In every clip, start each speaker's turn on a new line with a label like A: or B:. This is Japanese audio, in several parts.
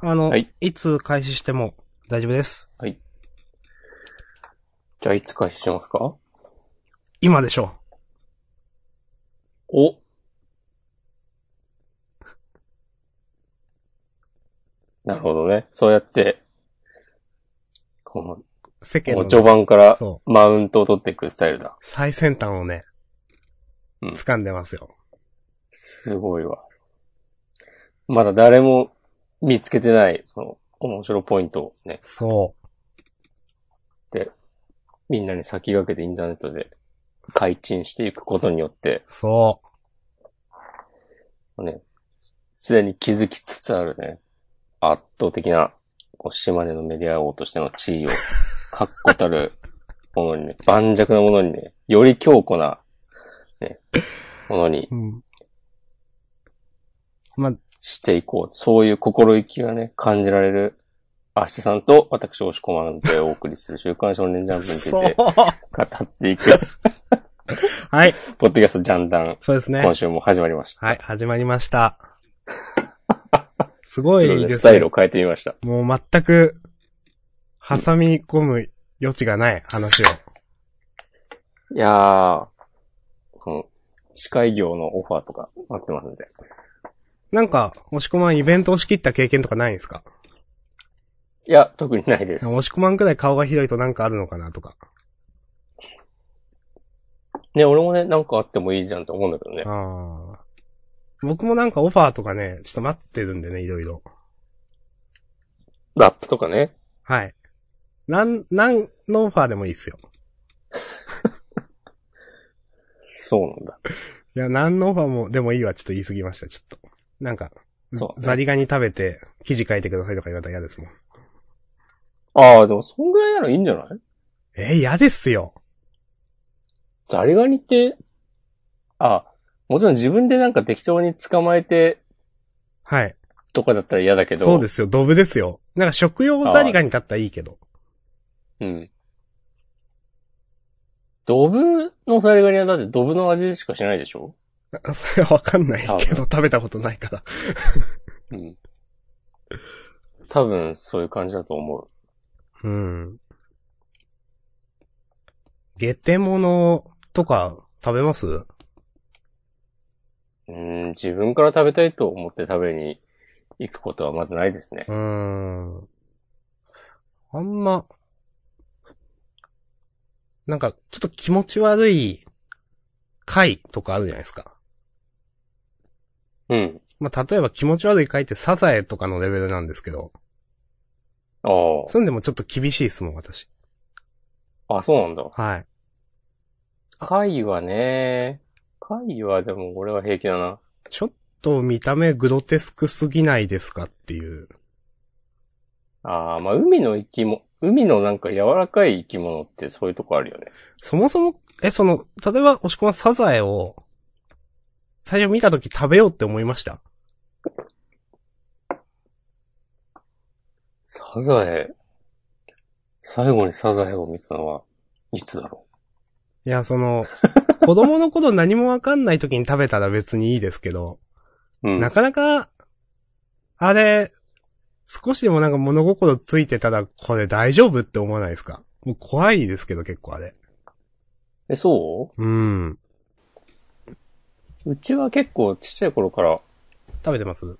A: あの、
B: はい
A: い、つ開始しても大丈夫です。
B: じゃあ、いつ開始しますか
A: 今でしょ
B: お なるほどね。そうやって、こ
A: う。世間
B: の、
A: のね、
B: もう序盤から
A: そう。
B: マウントを取っていくスタイルだ。
A: 最先端をね、
B: うん
A: 掴んでますよ。
B: すごいわ。まだ誰も見つけてない、その、面白ポイントをね、
A: そ
B: みんなに先駆けてインターネットで解禁していくことによって、
A: う。そう。
B: ね、すでに気づきつつあるね、圧倒的な、こう、島根のメディア王としての地位を、確固たるものにね、 盤石なものにね、より強固な、ね、ものに
A: うん。まあ、
B: していこう。そういう心意気がね、感じられる、明日さんと私、押し込まんでお送りする週刊少年ジャンプについ
A: そう
B: て。語っていく、
A: はい。
B: ポッドキャストジャンダン、
A: そうですね。
B: 今週も始まりました。
A: はい、始まりました。 すごい
B: ちょっとね
A: で
B: スタ
A: す
B: イ
A: ね
B: ルを。変えてみました。
A: もう全く、挟み込む余地がない話を。
B: いやー、うん。司会業のオファーとか待ってますんで。
A: なんか、押し込まんイベントを仕切った経験とかないんですか
B: いや、特にないです。
A: 押し込まんくらい顔がひどいとなんかあるのかなとか。
B: ね、俺もね、なんかあってもいいじゃんって思うんだけどね。
A: ああ。僕もなんかオファーとかね、ちょっと待ってるんでね、いろいろ。
B: ラップとかね。
A: はい。なん、なんのオファーでもいいっすよ。
B: そうなんだ。
A: いや、何のオファーも、でもいいわ、ちょっと言い過ぎました、ちょっと。なんか、
B: そう
A: ザリガニ食べて、記事書いてくださいとか言われたら嫌ですもん。
B: あー、でもそんぐらいならいいんじゃない
A: えー、嫌ですよ。
B: ザリガニって、あ、もちろん自分でなんか適当に捕まえて
A: はい。
B: とかだったら嫌だけど。
A: そうですよ、ドブですよ。なんか食用ザリガニだったらいいけど。
B: うん。ドブのザリガニはだってドブの味しかしないでしょ
A: あそれはわかんないけど、食べたことないから。
B: うん。多分そういう感じだと思う。
A: うん。ゲテモノとか食べます
B: うん、自分から食べたいと思って食べに行くことはまずないですね。
A: うーん。あんま、なんか、ちょっと気持ち悪い回とかあるじゃないですか。
B: うん。
A: まあ、例えば気持ち悪い回ってサザエとかのレベルなんですけど、
B: あ
A: そんでもちょっと厳しいですもん、私。
B: あ。あ、そうなんだ。
A: はい。
B: 貝はね、貝はでも俺は平気だな。
A: ちょっと見た目グロテスクすぎないですかっていう。
B: ああ、まあ海の生き物、海のなんか柔らかい生き物ってそういうとこあるよね。
A: そもそも、え、その、例えば、押し込まんサザエを、最初見たとき食べようって思いました
B: サザエ。最後にサザエを見たのは、いつだろ
A: いや、その、子供の頃何もわかんない時に食べたら別にいいですけど、
B: う。うん。
A: なかなか、あれ、少しでもなんか物心ついてたらこれ大丈夫って思わないですかもう怖いですけど結構あれ。
B: え、そ
A: うん。
B: ううちは結構ちっちゃい頃から、
A: 食べてます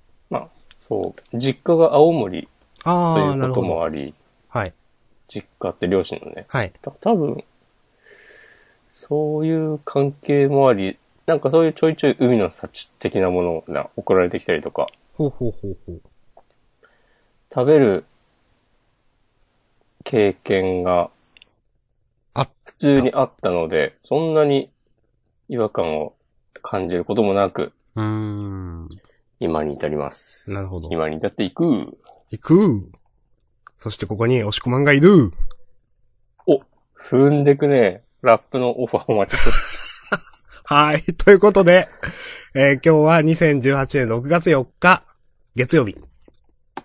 B: そう、実家が青森と
A: あ
B: い
A: あ、
B: う
A: な
B: こ
A: る
B: と
A: ほど。
B: もあり、
A: はい。
B: 実家って両親のね。
A: はい。
B: た多分そういう関係もあり、なんかそういうちょいちょい海の幸的なものが送られてきたりとか、
A: ほうほうほうほう。
B: 食べる経験が
A: あった
B: 普通にあったので、そんなに違和感を感じることもなく、
A: うーん。
B: 今に至ります。
A: なるほど
B: 今に至っていく。
A: 行くそしてここに押し込まんがいる
B: 踏んでくね。ラップのオファーを待ちしてる。
A: はい。ということで、えー今日は2018年6月4日、月曜日。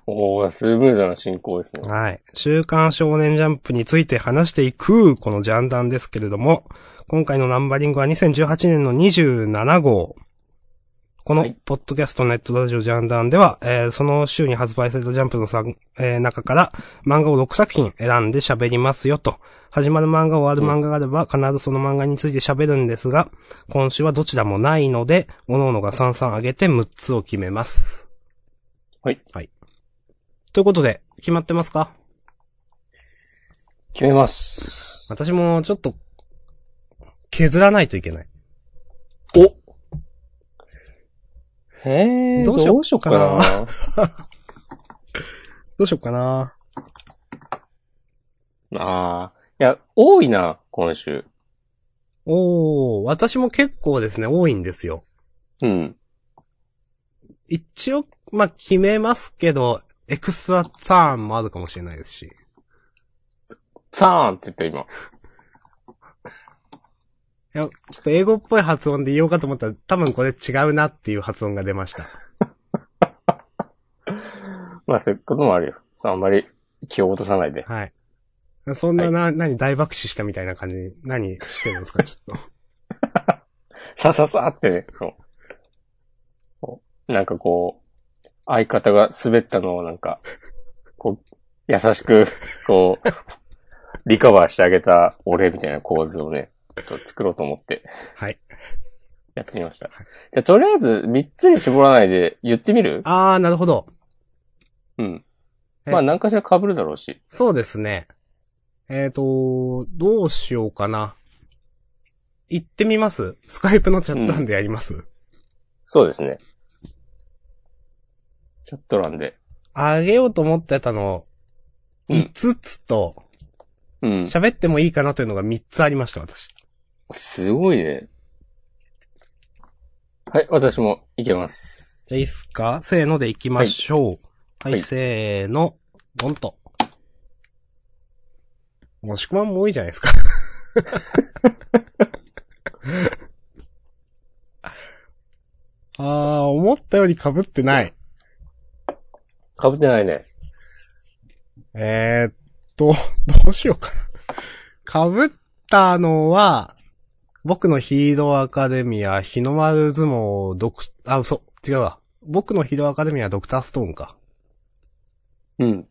B: おー、スムーズな進行ですね。
A: はい。週刊少年ジャンプについて話していく、このジャンダンですけれども、今回のナンバリングは2018年の27号。こ
B: は
A: の
B: い、
A: ポッドキャストネットラジオジャンダンでは、えーその週に発売されたジャンプのさん、えー中から漫画を6作品選んで喋りますよと。始まる漫画、終わる漫画があれば、必ずその漫画について喋るんですが、今週はどちらもないので、各々が3、3上げて6つを決めます。
B: はい。
A: はい。ということで、決まってますか
B: 決めます。
A: 私もちょっと、削らないといけない。
B: おえー、
A: ど
B: ど
A: うしよっかな
B: うしよっかな。
A: どうしよっかな
B: あー。いや、多いな、今週。
A: おー、私も結構ですね、多いんですよ。
B: うん。
A: 一応、まあ、決めますけど、エクストラターンもあるかもしれないですし。
B: サーンって言った今。
A: いや、ちょっと英語っぽい発音で言おうかと思ったら、多分これ違うなっていう発音が出ました。
B: まあ、そういうこともあるよ。そうあんまり気を落とさないで。
A: はい。そんな、な、何、大爆死したみたいな感じに、何してるんですか、ちょっと。
B: さささってね、そう。こうなんかこう、相方が滑ったのをなんか、こう、優しく、こう、リカバーしてあげた俺みたいな構図をね、ちょっと作ろうと思って
A: はい。
B: やってみました。じゃあ、とりあえず3つに絞らないで言ってみる
A: あー、なるほど。
B: うん。
A: え
B: まあ、何かしら被るだろうし。
A: そうですね。えーと、どうしようかな。行ってみますスカイプのチャット欄でやります、
B: そうですね。チャット欄で。
A: あげようと思ってたの、
B: うん
A: 5つと、
B: うん。
A: 喋ってもいいかなというのが3つありました、私。
B: すごいね。はい、私もいけます。
A: じゃあいいっすかせーので行きましょう。はい、
B: いはい
A: せーの、ドンと。もしくまんも多いじゃないですか。あー、思ったより被ってない。
B: 被ってないね。
A: えー、っと、どうしようかな。被ったのは、僕のヒーローアカデミア、日の丸相撲、ドク、あ、嘘、違うわ。僕のヒーローアカデミア、ドクターストーンか。
B: うん。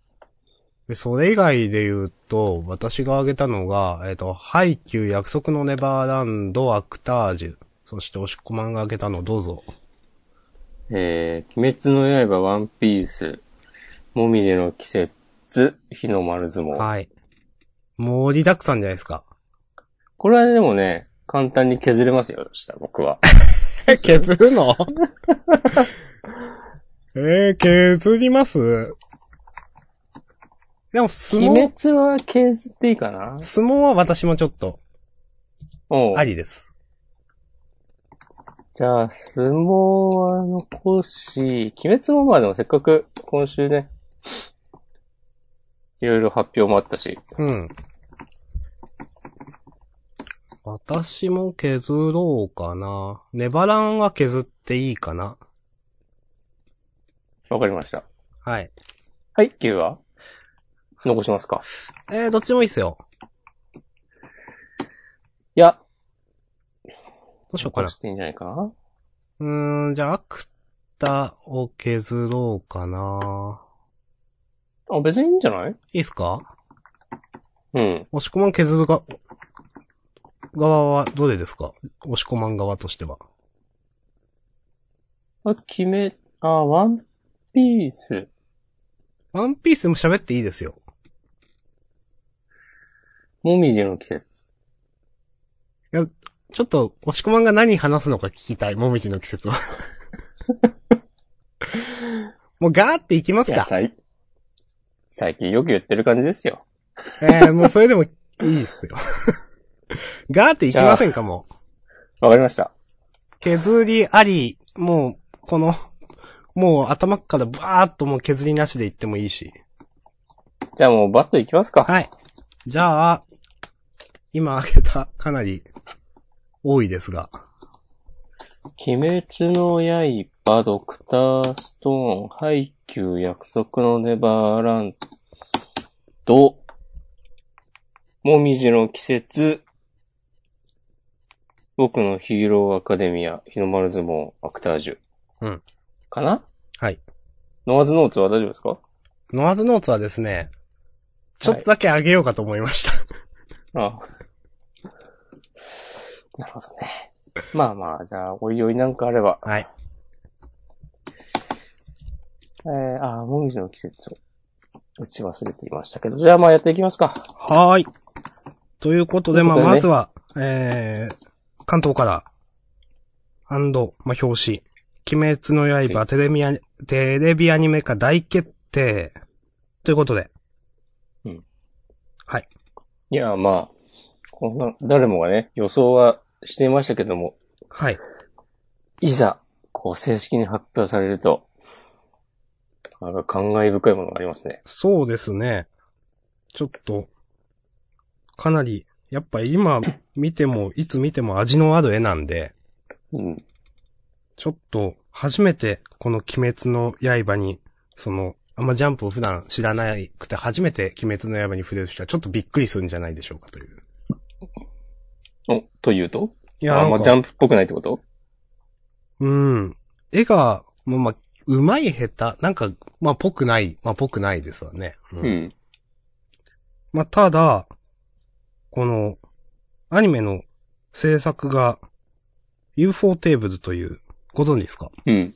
A: で、それ以外で言うと、私が挙げたのが、えっ、と、ハイキュー、約束のネバーランド、アクタージュ、そしておしっこマンが挙げたの、どうぞ。
B: えー、鬼滅の刃、ワンピース、もみじの季節、日の丸相撲。
A: はい。盛りだくさんじゃないですか。
B: これはでもね、簡単に削れますよ、した僕は。
A: 削るの えー、削りますでも、相
B: 鬼
A: 撲
B: 滅、は削っていいかな
A: 相撲は私もちょっと、
B: おう
A: ありです。
B: じゃあ、相撲は残し、鬼滅もまあでもせっかく今週ね、いろいろ発表もあったし、
A: うん。私も削ろうかな。ネバランは削っていいかな。
B: わかりました。
A: はい。
B: はい、9は残しますか。
A: えー、どっちでもいいっすよ。
B: いや、
A: どうしようか
B: 残
A: な
B: し。ていいんじゃないかな
A: うーん、じゃあ、アクタを削ろうかな。
B: あ、別にいいんじゃない
A: いいっすか
B: うん。
A: 押し込まん削るが、側はどれですか押し込まん側としては。
B: あ、決め、あ、ワンピース。
A: ワンピースでも喋っていいですよ。
B: もみじの季節。
A: ちょっと、押し込まんが何話すのか聞きたい、もみじの季 節は。もうガーっていきます
B: いや
A: か。
B: 最最近よく言ってる感じですよ。
A: えー、もうそれでもいいっすよ。ガーっていきませんか、もう。
B: わかりました。
A: 削りあり、もう、この、もう頭からバーっともう削りなしでいってもいいし。
B: じゃあもうバッといきますか。
A: はい。じゃあ、今開けたかなり多いですが。
B: 鬼滅の刃、ドクターストーン、ハイキュー、約束のネバーランド、もみじの季節、僕のヒーローアカデミア、日の丸相撲、アクタージュ。
A: うん。
B: かな
A: はい。
B: ノアズノーツは大丈夫ですか
A: ノアズノーツはですね、ちょっとだけ上げようかと思いました。
B: ああ。なるほどね。まあまあ、じゃあ、おいおいなんかあれば。
A: はい。
B: えー、あー、もみじの季節を打ち忘れていましたけど。じゃあまあやっていきますか。
A: はーい。ということで、まあ、
B: ということでね
A: まずは、えー、関東から、アンド、まあ、表紙、鬼滅の
B: は
A: 刃、テレビアニ、テレビアニメ化大決定、ということで。
B: うん。
A: はい。
B: いや、まあ、こんな、誰もがね、予想はしていましたけども、
A: はい。
B: いざ、こう正式に発表されると、なんか感慨深いものがありますね。
A: そうですね。ちょっと、かなり、やっぱ今見ても、いつ見ても味のある絵なんで、
B: うん。
A: ちょっと、初めて、この鬼滅の刃に、その、あんまジャンプを普段知らなくて、初めて鬼滅の刃に触れる人はちょっとびっくりするんじゃないでしょうかという。
B: お、というと
A: い
B: い
A: や、
B: あ
A: なんん
B: ま
A: か、
B: ジャンプっぽくないってこと
A: うん。絵が、まあまあ、うまい下手、なんか、まあ、ぽくない、まあ、ぽくないですわね。う
B: うん。
A: まあ、ただ、この、アニメの制作が、UFO テーブルという、ご存知ですか
B: うん。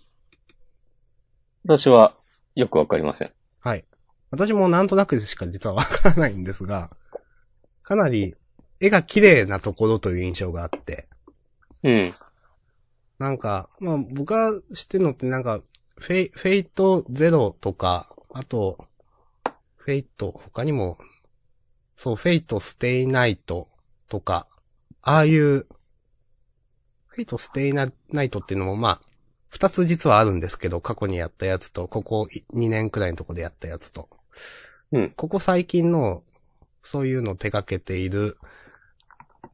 B: 私は、よくわかりません。
A: はい。私もなんとなくしか実はわからないんですが、かなり絵が綺麗なところという印象があって、
B: うん。
A: なんか、まあ僕が知ってるのってなんか、フェイ、フェイトゼロとか、あと、フェイト、他にも、そう、フェイトステイナイトとか、ああいう、フェイトステイナナイトっていうのもまあ、二つ実はあるんですけど、過去にやったやつと、ここ2年くらいのとこでやったやつと。
B: うん
A: ここ最近の、そういうのを手掛けている、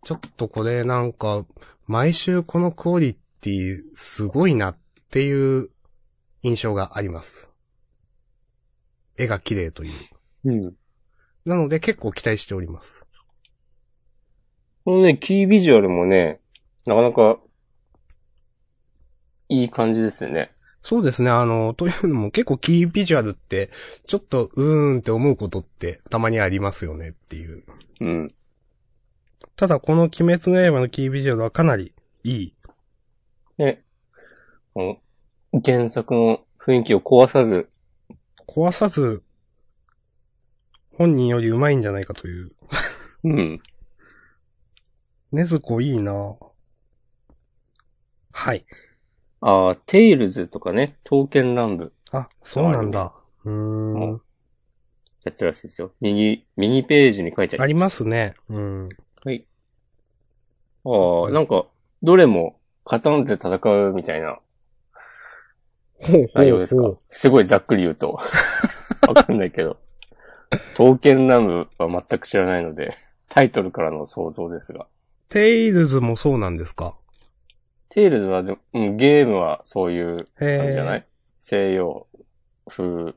A: ちょっとこれなんか、毎週このクオリティすごいなっていう印象があります。絵が綺麗という。
B: うん。
A: なので結構期待しております。
B: このね、キービジュアルもね、なかなか、いい感じですよね。
A: そうですね、あの、というのも結構キービジュアルって、ちょっとうーんって思うことってたまにありますよねっていう。
B: うん。
A: ただこの鬼滅の刃のキービジュアルはかなりいい。
B: ね。この、原作の雰囲気を壊さず、
A: 壊さず、本人より上手いんじゃないかという。
B: うん。
A: ねずこいいなぁはい。
B: ああ、テイルズとかね、刀剣乱舞
A: あ、そうなんだ。うーん。
B: やってるらしいですよ。右、右ページに書いてあ
A: あ
B: り
A: りますね。うん。
B: ます。はい。
A: そっ
B: ああ、
A: か
B: なんか、どれも、刀で戦うみたいな
A: ほう
B: 内容ですか。すごいざっくり言う と。わかんないけど。刀剣乱舞は全く知らないので、タイトルからの想像ですが。
A: テイルズもそうなんですか。
B: テイルズはでも、うん、ゲームはそういう
A: へ
B: 感
A: え。
B: じじゃない、西洋風フ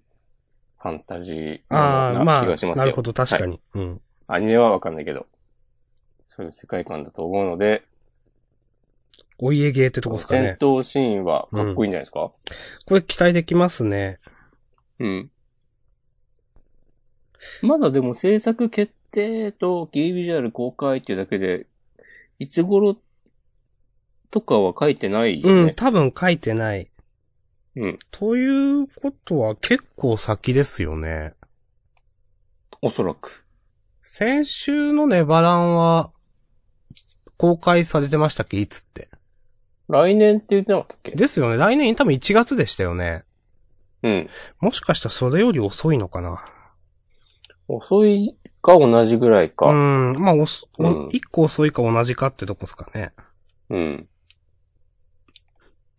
B: ァンタジー
A: ああ、
B: な
A: ま
B: 気がし
A: あ、
B: ますよ。
A: なるほど、確か
B: はい
A: に。うん。
B: アニメはわかんないけど、そういう世界観だと思うので、
A: お家芸ってとこですか
B: 戦
A: ね。
B: 闘シーンはかっこいいんじゃないですか、
A: これ期待できますね。
B: うん。まだでも制作決定とゲイビジュアル公開っていうだけで、いつ頃とかは書いてないよ
A: うん、
B: ね。
A: 多分書いてない。
B: うん。
A: ということは結構先ですよね。
B: おそらく。
A: 先週のネバランは、公開されてましたっけいつって。
B: 来年って言ってなかったっけ
A: ですよね。来年多分1月でしたよね。
B: うん。
A: もしかしたらそれより遅いのかな。
B: 遅いか同じぐらいか。
A: うん。まあ、おす、
B: うん
A: お、一個遅いか同じかってとこですかね。
B: うん。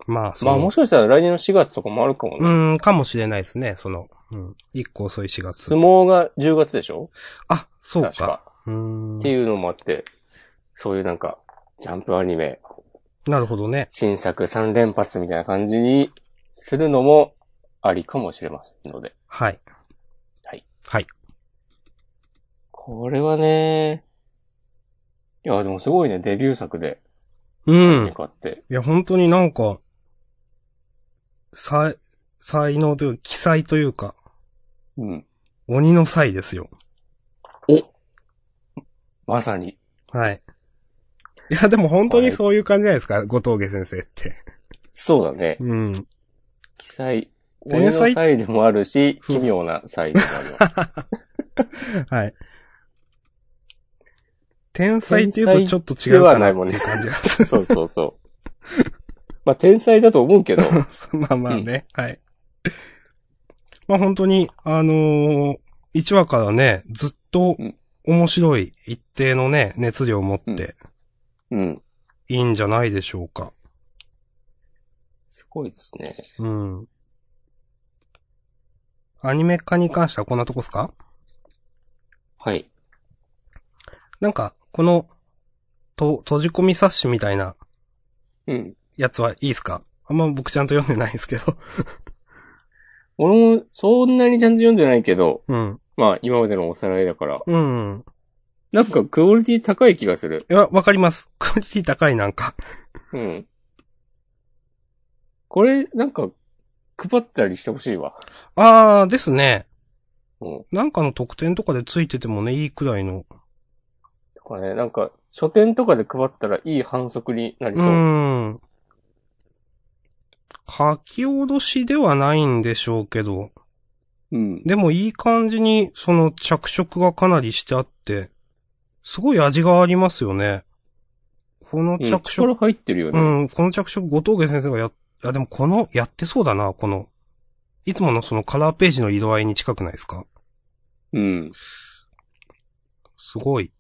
A: まあ、そ
B: ま
A: の
B: あもしかしたら来年の4月とかもあるかもね。
A: うん、かもしれないですね、その。うん。一個遅い4月
B: 相。撲が10月でしょ
A: あ、そうか。
B: 確か。
A: うーん
B: って。いうのもあって、そういうなんか、ジャンプアニメ、
A: なるほどね。
B: 新作3連発みたいな感じにするのもありかもしれませんので。
A: はい。
B: はい。
A: はい。
B: これはね、いや、でもすごいね、デビュー作で、
A: うん
B: よ。かって。
A: いや、本当になんか、才、才能というか、奇才というか、
B: うん。
A: 鬼の才ですよ。
B: まさに。
A: はい。いや、でも本当にそういう感じじゃないですか、後藤家先生って。
B: そうだね。
A: うん。
B: 奇才。俺
A: 天才
B: の才でもあるし、
A: そう
B: 奇
A: そう
B: 妙な才でもあるわ。
A: はい。天才って言うとちょっと違うかなっていう感じがする。
B: そうそうそう。まあ、天才だと思 うけど、
A: まあまあね、はい。まあ本当に、あのー、1話からね、ずっと
B: うん
A: 面白い一定のね、熱量を持っ
B: うん
A: て
B: うん。
A: いいんじゃないでしょうか。
B: すごいですね。
A: うん。アニメ化に関してはこんなとこっすか
B: はい。
A: なんか、この、と、閉じ込み冊子みたいな
B: うん。
A: やつはいいっすかあんま僕ちゃんと読んでないですけど。
B: 俺も、そんなにちゃんと読んでないけど、
A: うん。
B: まあ、今までのおさらいだから、
A: うん。
B: なんかクオリティ高い気がする。
A: いや、わかります。 クオリティ高いなんか。
B: うん。これ、なんか、配ったりしてほしいわ。
A: あー、ですね。
B: うん。
A: なんかの特典とかでついててもね、いいくらいの。
B: とかね、なんか、書店とかで配ったらいい反則になり
A: う
B: そう。
A: ーん。書き下ろしではないんでしょうけど。
B: うん。
A: でもいい感じに、その着色がかなりしてあって、すごい味がありますよね。この
B: うん、
A: 着色
B: 力入ってるよ
A: う
B: ね。
A: ん、この着色、後藤家先生がやっ、あ、でもこの、やってそうだな、この、いつものそのカラーページの色合いに近くないですか
B: うん。
A: すごい。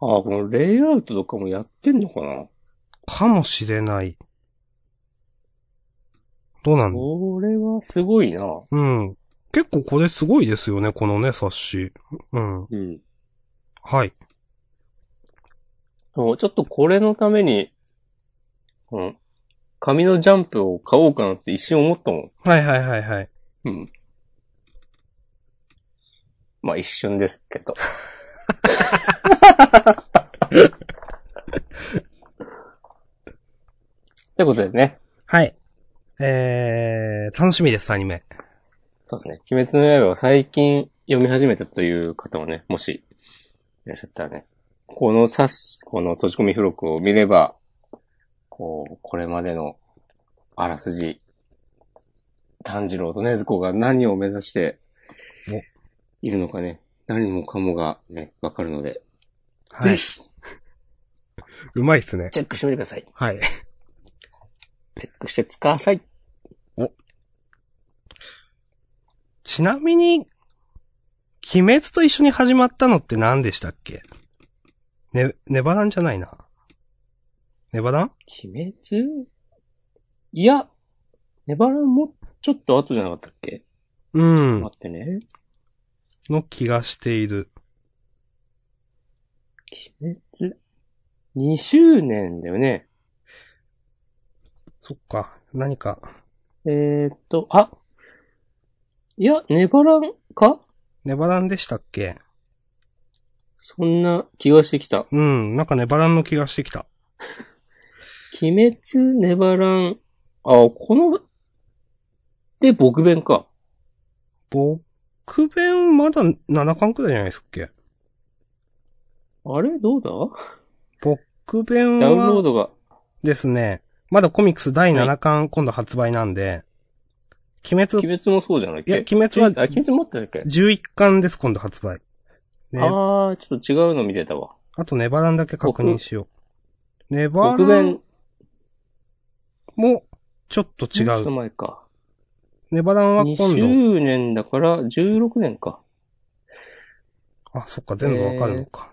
B: ああ、このレイアウトとかもやってんのかな
A: かもしれない。どうなん
B: これはすごいな。
A: うん。結構これすごいですよね、このね、冊子。うん。
B: うん。
A: はい。
B: そうちょっとこれのために、うん。紙のジャンプを買おうかなって一瞬思ったもん。
A: はいはいはいはい。
B: うん。まあ一瞬ですけど。ということでね。
A: はい。えー、楽しみです、アニメ。
B: そうですね。鬼滅の刃を最近読み始めたという方もね、もしいらっしゃったらね、この冊子、この閉じ込み付録を見れば、こう、これまでのあらすじ、炭治郎と禰豆子が何を目指して
A: ね
B: いるのかね、何もかもがね、わかるので、
A: は
B: ぜ
A: い。
B: ひ、
A: うまいっすね。
B: チェックしてみてください。
A: はい。
B: チェックしてください。
A: ちなみに、鬼滅と一緒に始まったのって何でしたっけね、ネバダンじゃないな。ネバダン
B: 鬼滅いや、ネバランもちょっと後じゃなかったっけ、
A: うん
B: 待。ってね。
A: の気がしている。
B: 鬼滅 ?2 周年だよね。
A: そっか。何か。
B: えー、っと、あいや、ネバランか
A: ネバダンでしたっけ
B: そんな気がしてきた。
A: うん。なんかネバダンの気がしてきた。
B: 鬼滅、ネバラン、あ、この、で、僕弁か。
A: 僕弁まだ7巻くらいじゃないですっけ
B: あれどうだ
A: 僕弁
B: ダウンロー
A: は
B: ドが。
A: ですね、まだコミックス第7巻今度発売なんで、鬼滅、
B: 鬼滅もそうじゃないっ
A: いや、
B: け
A: 鬼滅は
B: あ、鬼滅持ってたっけ、
A: 11巻です、今度発売。ね
B: あー、ちょっと違うの見てたわ。
A: あとネバランだけ確認しよう。ネバ
B: 僕
A: ラ
B: 弁
A: ン、もちょっと違
B: ちょっ
A: う。
B: と前か。
A: ネバランは
B: 2
A: 今度、
B: 周年だから、16年か。
A: あ、そっか、全部わかるのか。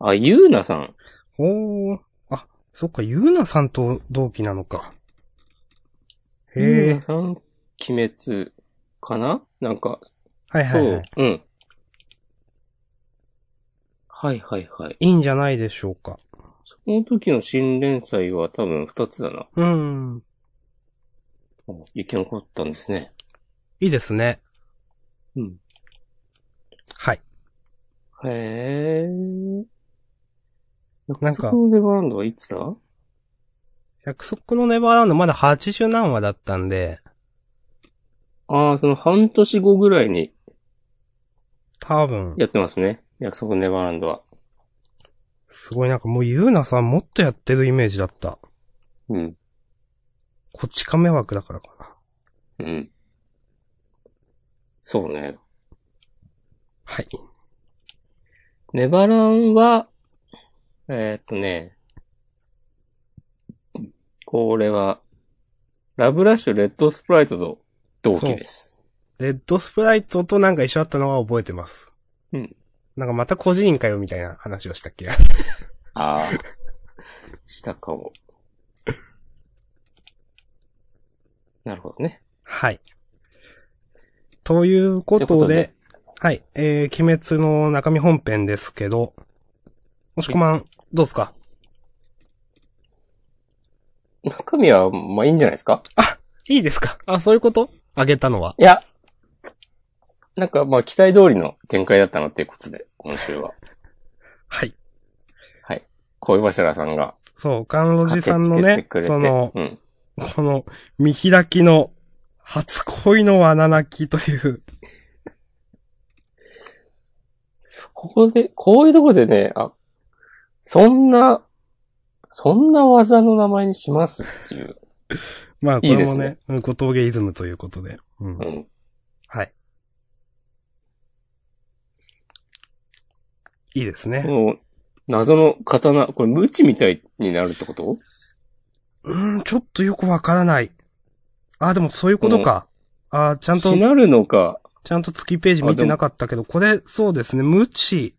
B: あ、ゆうなさん。
A: おー、あ、そっか、ゆうなさんと同期なのか。
B: ゆう
A: へ
B: な
A: ー
B: さん、鬼滅かななんか、
A: はいは
B: そ、
A: いうはい。
B: うん。はいはいはい。
A: いいんじゃないでしょうか。
B: その時の新連載は多分二つだな。
A: うん。
B: 生き残ったんですね。
A: いいですね。
B: うん。
A: はい。
B: へえ。
A: なんか
B: そこのレバーランドはいつだ
A: 約束のネバーランドまだ80何話だったんで、
B: ああ、その半年後ぐらいに
A: 多分、
B: やってますね。約束ネバーランドは。
A: すごいなんかもうゆうなさんもっとやってるイメージだった。
B: うん。
A: こっち亀枠だからかな。
B: うん。そうね。
A: はい。
B: ネバランは、えーっとね、これは、ラブラッシュ、レッドスプライトと同期です。
A: レッドスプライトとなんか一緒だったのは覚えてます。
B: うん。
A: なんかまた個人委員会をみたいな話をしたっけ
B: あ あ。したかも。なるほどね。
A: はい。ということで、
B: という
A: はい。えー、鬼滅の中身本編ですけど、もしこまん、どうすか
B: ことで中身は、まあいいんじゃないですか
A: いいですかあ、そういうことあげたのはい
B: や、なんかまあ期待通りの展開だったなっていうことで、今週は。
A: はい。
B: 恋柱さんが
A: そう、甘露
B: 駆
A: 寺
B: け
A: さん
B: つ
A: の
B: けて
A: ね
B: くれ、て、
A: その、
B: うん。
A: この、見開きの、初恋の穴泣きという、
B: ここで、こういうとこでね、あ、そんな、そんな技の名前にしますっていう。
A: まあ、これ
B: いいで
A: も
B: す
A: ね
B: ね、
A: うん小峠イズムということで。うん
B: う。ん。
A: はい。いいですね。
B: もう、謎の刀、これ無知みたいになるってこと
A: うーん、ちょっとよくわからない。あー、でもそういうことか。あー、ちゃんと
B: し、なるのか、
A: ちゃんと月ページ見てなかったけど、これ、そうですね、無知。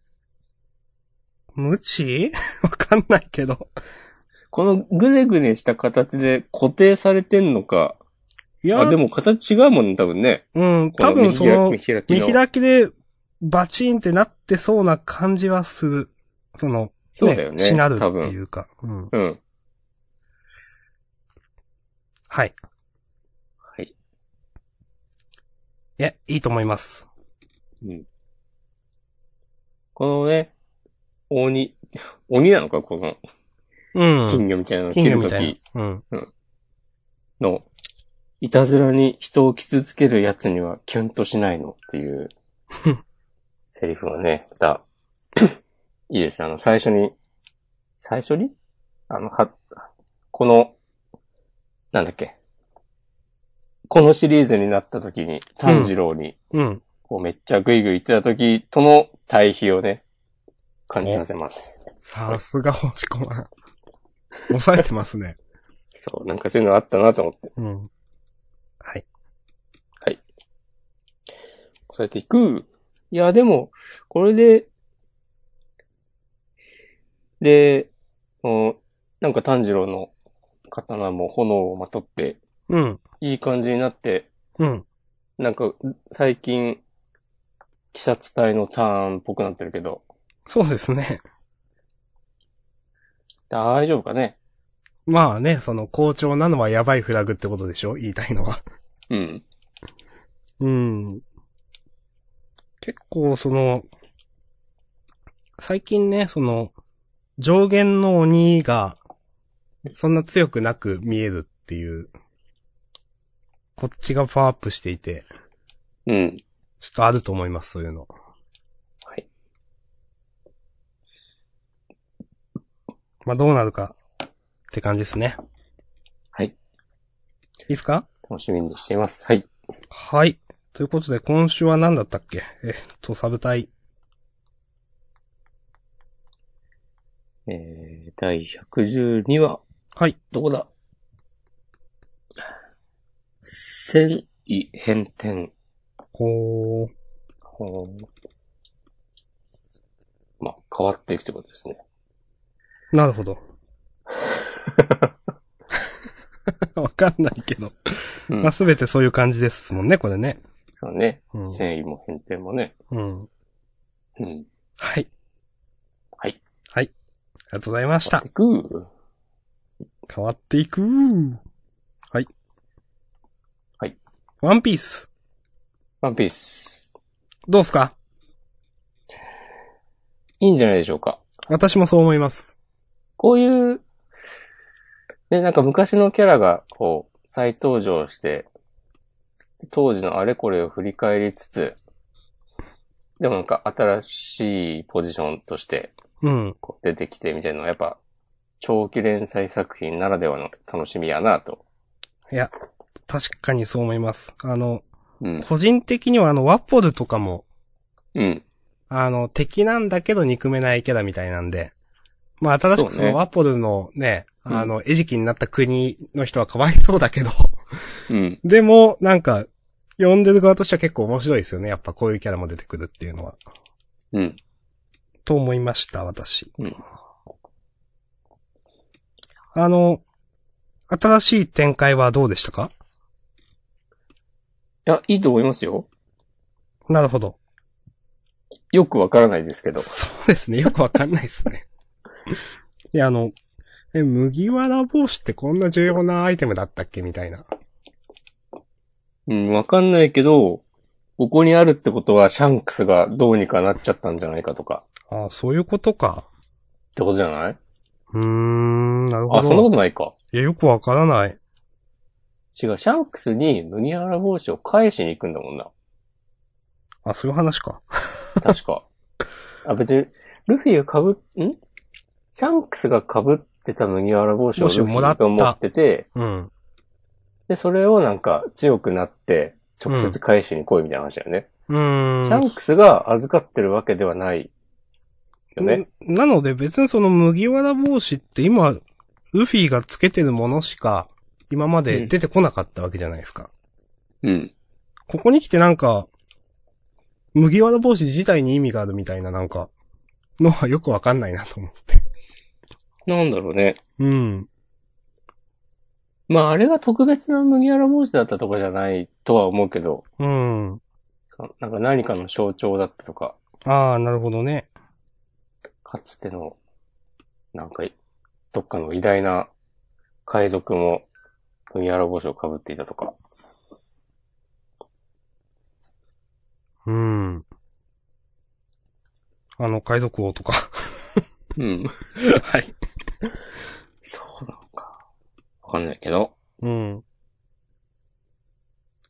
A: 無知 わかんないけど。
B: このぐねぐねした形で固定されてんのか。
A: いや、
B: あ、でも形違うもんね、多分ね。
A: うん、
B: この
A: 多分その
B: 見、開き
A: 見
B: の。
A: 開きでバチーンってなってそうな感じはする。その、
B: そうだよね。
A: しなるって
B: 多
A: い
B: 分。
A: うか。うん。
B: うん。
A: はい。
B: はい。
A: いや、いいと思います。
B: うん。このね、鬼、鬼なのか、この
A: うん。
B: 金魚みたいなのを切
A: 金魚
B: る
A: み
B: と
A: たい
B: き
A: な。うん。
B: の、いたずらに人を傷つけるやつにはキュンとしないのっていう、セリフはね、また、いいですね。あの、最初に、最初にあの、は、この、なんだっけ。このシリーズになった時に、炭治郎に、
A: うん。
B: こうめっちゃグイグイ言ってた時との対比をね、感じさせます。
A: さすが星子は。抑えてますね。
B: そう、なんかそういうのあったなと思って、
A: うん。はい。
B: 抑えていく。いや、でも、これで、で、うんなんか炭治郎の刀も炎をまとって、
A: うん。
B: いい感じになって、
A: うん。
B: なんか最近、鬼殺隊のターンっぽくなってるけど、
A: そうですね。
B: 大丈夫かね
A: まあね、その、好調なのはやばいフラグってことでしょ言いたいのは。
B: うん。
A: うん。結構、その、最近ね、その、上限の鬼が、そんな強くなく見えるっていう、こっちがパワーアップしていて、
B: うん。
A: ちょっとあると思います、そういうの。
B: はい。
A: まあ、どうなるか、って感じですね。
B: はい。
A: いいですか
B: 楽しみにしています。はい。
A: はい。ということで、今週は何だったっけえっと、サブタイ。
B: えー、第112話、
A: はい。
B: どこだ戦意変転。
A: ほー。
B: ほうまあ、変わっていくってことですね。
A: なるほ ど。わかんないけど。
B: うん
A: まあ、すべてそういう感じですもんね、これね。
B: そうね。
A: うん
B: 戦意も変転もね。
A: うん。
B: うん。変
A: はい。
B: はい。
A: はい。ありがとうございまし
B: わったて。いく。
A: 変わっていくーはい。
B: はい。
A: ワンピース。
B: ワンピース。
A: どうすか
B: いいんじゃないでしょうか。
A: 私もそう思います。
B: こういう、で、なんか昔のキャラが、こう、再登場して、当時のあれこれを振り返りつつ、でもなんか新しいポジションとして
A: うん。
B: こう出てきてみたいなのはやっぱ長期連載作品ならではの楽しみやなと。
A: いや、確かにそう思います。あの、
B: うん。
A: 個人的にはあの、ワッポルとかも、
B: うん。
A: あの、敵なんだけど憎めないキャラみたいなんで、まあ、新しくそ
B: そうね
A: のワッポルのね、
B: うん
A: あの、餌食になった国の人はかわいそうだけど、
B: うん。
A: でも、なんか、読んでる側としては結構面白いですよね。やっぱこういうキャラも出てくるっていうのは。
B: うん。
A: と思いました、私。
B: うん
A: あの、新しい展開はどうでしたか
B: いや、いいと思いますよ。
A: なるほど。
B: よくわからないですけど。
A: そうですね。よくわかんないですね。いや、あの、え、麦わら帽子ってこんな重要なアイテムだったっけみたいな。
B: うん、わかんないけど、ここにあるってことはシャンクスがどうにかなっちゃったんじゃないかとか。
A: ああ、そういうことか。
B: ってことじゃないう
A: ーん、なるほど。
B: あ、そんなことないか。
A: いや、よくわからない。
B: 違う、シャンクスに麦わら帽子を返しに行くんだもんな。
A: あ、そういう話か。
B: 確 か。あ、別に、ルフィが被っ、んシャンクスが被ってた麦わら帽子を
A: 帽子
B: ル
A: を
B: フ
A: もら
B: ィ
A: っ
B: が
A: た
B: 持ってて、
A: うん。
B: で、それをなんか強くなって、直接返しに来いみたいな話だよね。
A: うーん。
B: シャンクスが預かってるわけではない。よね。
A: んなので別にその麦わら帽子って今、ルフィがつけてるものしか今まで出てこなかったわけじゃないですか。
B: うん。
A: ここに来てなんか、麦わら帽子自体に意味があるみたいななんか、のはよくわかんないなと思って。
B: なんだろうね。
A: うん。
B: まあ、あれが特別な麦わら帽子だったとかじゃないとは思うけど、
A: うん。
B: なんか何かの象徴だったとか、
A: ああ、なるほどね。
B: かつての、なんか、どっかの偉大な海賊も、麦わら帽子を被っていたとか。
A: うん。あの、海賊王とか。
B: うん。
A: はい。
B: そうなのか。わかんないけど。
A: うん。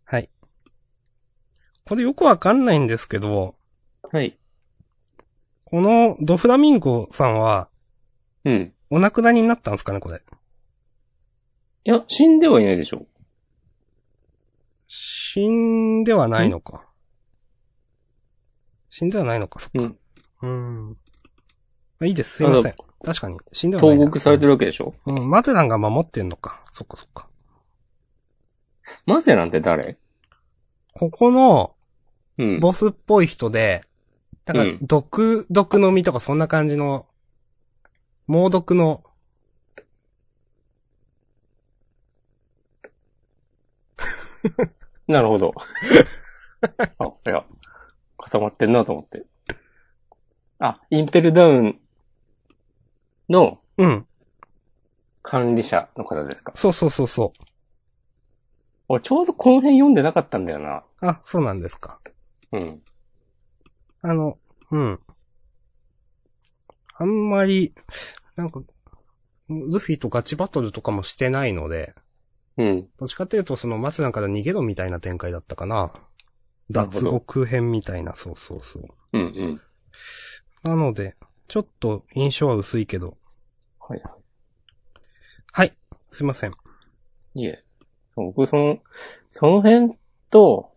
A: はい。これよくわかんないんですけど、
B: はい。
A: このドフラミンゴさんは、
B: うん。
A: お亡くなりになったんですかね、これ。
B: いや、死んではいないでしょ。
A: 死んではないのか。死んではないのか、そっか。うん。ん。いいです、すいません。確かに。死んではない
B: 投
A: な。
B: 獄されてるわけでしょ。
A: うん。うん、マゼランが守ってんのか。そっかそっか。
B: マゼランって誰
A: ここの、
B: うん。
A: ボスっぽい人で、な
B: うんん
A: か、毒、毒の実とかそんな感じの、猛毒の、
B: なるほ ど。あ、いや、固まってんなと思って。あ、インペルダウンの
A: うん。
B: 管理者の方ですか。
A: そうそうそうそ
B: 俺ちょうどこの辺読んでなかったんだよな。
A: う。あ、そうなんですか。
B: うん。
A: あの、うん。あんまり、なんか、ルフィとガチバトルとかもしてないので、
B: うん。
A: どっちかっていうとそのマスなんから逃げろみたいな展開だったかな。
B: なるほ
A: 脱
B: ど
A: 獄編みたいな、そうそうそう。
B: うんうん。
A: なので、ちょっと印象は薄いけど。
B: はいは
A: はい。すいません。
B: い。いえ。僕、その、その辺と、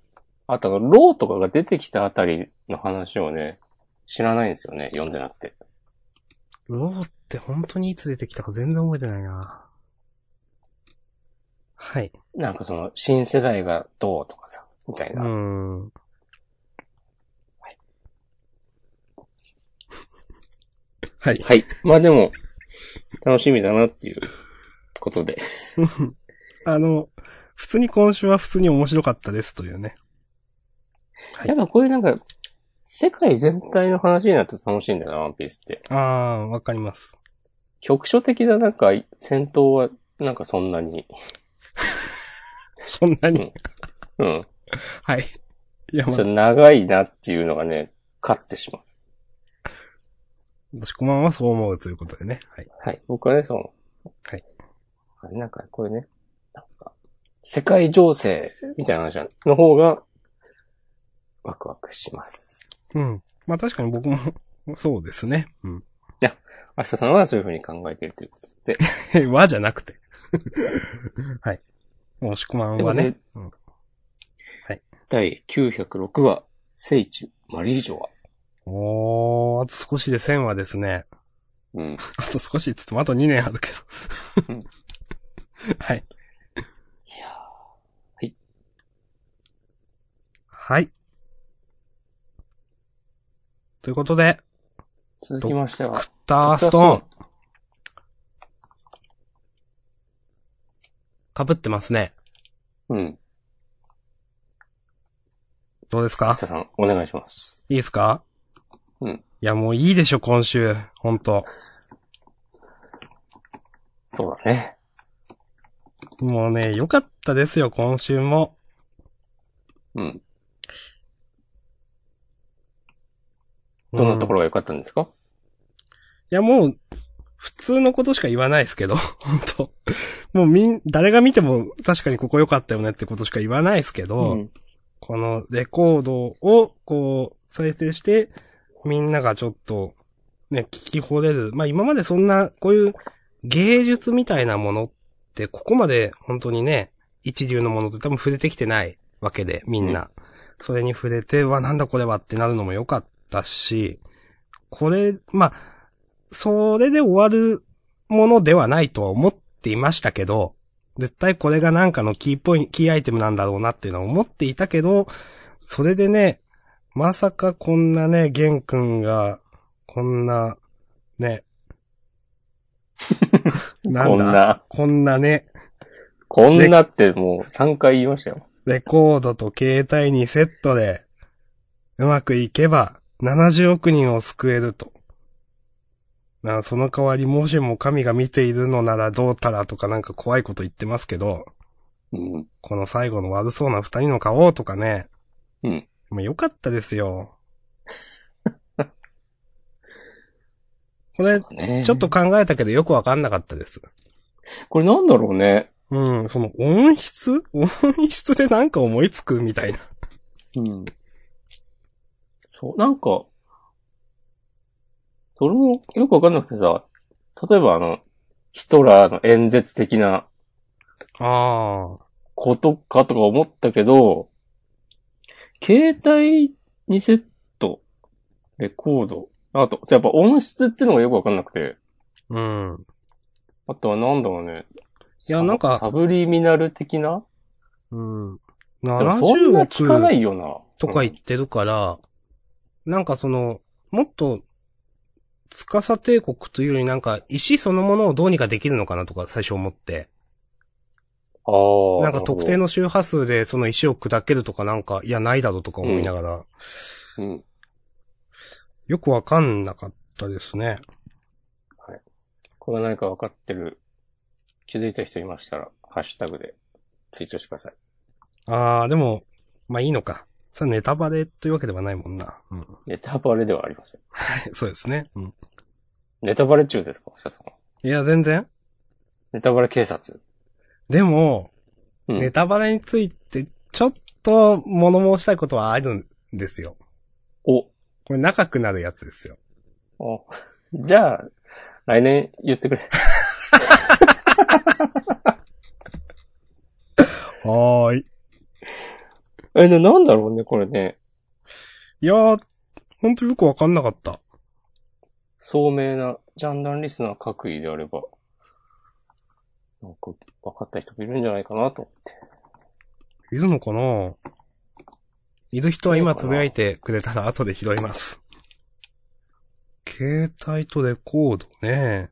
B: あと、ローとかが出てきたあたりの話をね、知らないんですよね。読んでなくて。
A: ローって本当にいつ出てきたか全然覚えてないな。はい。
B: なんかその、新世代がどうとかさ、みたいうな。
A: ーん。はい。
B: はい。まあでも、楽しみだなっていうことで。
A: あの、普通に今週は普通に面白かったですというね。はい
B: やっぱこういうなんか、世界全体の話になると楽しいんだよな、ワンピースって。
A: ああ、わかります。
B: 局所的ななんか、戦闘は、なんかそんなに。
A: そんなに。
B: うん。
A: はい。いや、まあ
B: ちょっと、長いなっていうのがね、勝ってしまう。
A: 私こまんはそう思うということでね。はい。
B: はい。僕はね、その、
A: はい。
B: あれなんか、これね、なんか、世界情勢みたいな話の方が、ワクワクします。
A: うん。まあ確かに僕も、そうですね。うん。
B: 明日さんはそういう風に考えてるということで。
A: え和じゃなく て。はい。押し込まんはね
B: で。
A: うん
B: 第906話、聖地、マリージョア。
A: おー、あと少しで1000話ですね。
B: うん。
A: あと少しって言ってもあと2年あるけ
B: う
A: ど
B: ん。
A: はい。
B: いや
A: はい。ということで、
B: ー続きましては
A: ク、ッターストーン、被ってますね。
B: ン。うん。
A: どうです
B: 明
A: か
B: 日さん、お願いします。
A: いいですか
B: うん
A: いや、もういいでしょ、今週。ほんと。
B: そうだね。
A: もうね、良かったですよ、今週も。
B: うん。どんなとこ
A: ろ、
B: ろが良かったんですか、
A: いや、もう、普通のことしか言わないですけど、 本当もうみん、誰が見ても確かにここ良かったよねってことしか言わないですけど、
B: うん
A: このレコードを、こう、再生して、みんながちょっと、ね、聞き惚れる。まあ今までそんな、こういう芸術みたいなものって、ここまで本当にね、一流のものって多分触れてきてないわけで、みんな。それに触れて、うわ、なんだこれはってなるのも良かったし、これ、まあ、それで終わるものではないとは思っていましたけど、絶対これがなんかのキーポイント、キーアイテムなんだろうなっていうのは思っていたけど、それでね、まさかこんなね、玄君が、こんな、ね、 な
B: こん
A: んだ
B: な、
A: こんなね、
B: こんなってもう3回言いましたよ。
A: レコードと携帯にセットで、うまくいけば、70億人を救えると。なあその代わり、もしも神が見ているのならどうたらとかなんか怖いこと言ってますけど、
B: うん。
A: この最後の悪そうな二人の顔とかね。
B: うん。
A: もう良かったです よ。これ、
B: そうだね
A: ちょっと、考えたけどよくわかんなかったです。
B: これなんだろうね。
A: うん、その音質音質でなんか思いつくみたいな。
B: うん。そう、なんか、それもよくわかんなくてさ、例えばあの、ヒトラーの演説的な
A: ああ。
B: ことかとか思ったけど、携帯にセット、レコード、あと、やっぱ音質ってのがよくわかんなくて、
A: うん。
B: あとはなんだろうね。
A: いやなんか
B: サブリミナル的な
A: うん。
B: でもそん
A: 70
B: な聞かな
A: 億
B: いよな。
A: とか言ってるから、なんかその、もっと、司帝国というよりなんか、石そのものをどうにかできるのかなとか最初思って。
B: ああ。
A: なんか特定
B: の。
A: の周波数でその石を砕けるとかなんか、いや、ないだろうとか思いながら、
B: うん。
A: よくわかんなかったですね。
B: これは何か分かってる、気づいた人いましたら、ハッシュタグでツイートしてください。
A: あー、でも、まあいいのか。それネタバレというわけではないもんな。うん。
B: ネタバレではありません。
A: そうですね。うん。
B: ネタバレ中ですか、社さんは。
A: いや、全然。
B: ネタバレ警察。
A: でも、
B: うん。
A: ネタバレについて、ちょっと物申したいことはあるんですよ。
B: お。
A: これ長くなるやつですよ。
B: あじゃあ、来年言ってくれ。
A: はーい。
B: え、な、なんだろうね、これね。
A: いやー、ほんとよくわかんなかった。
B: 聡明な、ジャンダンリスナー各位であれば、なんか、分かった人もいるんじゃないかなと思って。
A: いるのかないる人は今つぶやいてくれたら後で拾います。携帯とレコードね。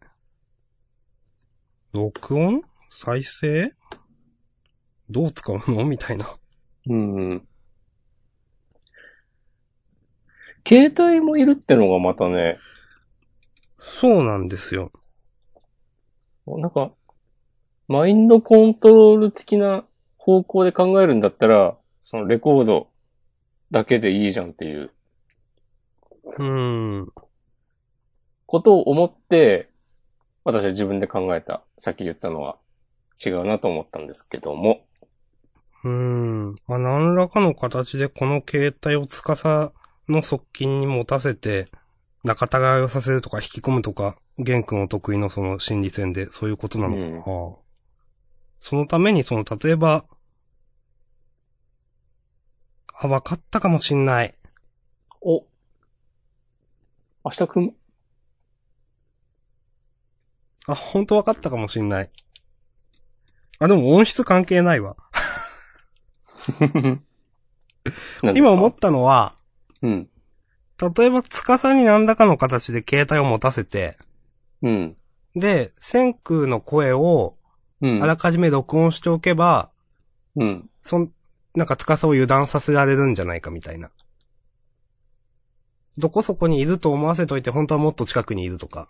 A: 録音再生どう使うのみたいな。
B: うん。携帯もいるってのがまたね、
A: そうなんですよ。
B: なんか、マインドコントロール的な方向で考えるんだったら、そのレコードだけでいいじゃんっていう
A: うーん。
B: ことを思って、私は自分で考えた。さっき言ったのは、違うなと思ったんですけども、
A: うーん。まあ、何らかの形でこの携帯を司の側近に持たせて、仲違いをさせるとか引き込むとか、玄君お得意のその心理戦でそういうことなのかな。
B: うん
A: そのためにその、例えば、あ、わかったかもしんない。
B: お明日 くん、
A: あ、ほんとわかったかもしんない。あ、でも音質関係ないわ。今思っ
B: った
A: のは、
B: うん。
A: 例えば、司に何らかの形で携帯を持たせて、
B: うん。
A: で、千空の声を、
B: うん。
A: あらかじめ録音しておけば、
B: うん。
A: そん、なんか司を油断させられるんじゃないかみたいな。どこそこにいると思わせといて、本当はもっと近くにいるとか。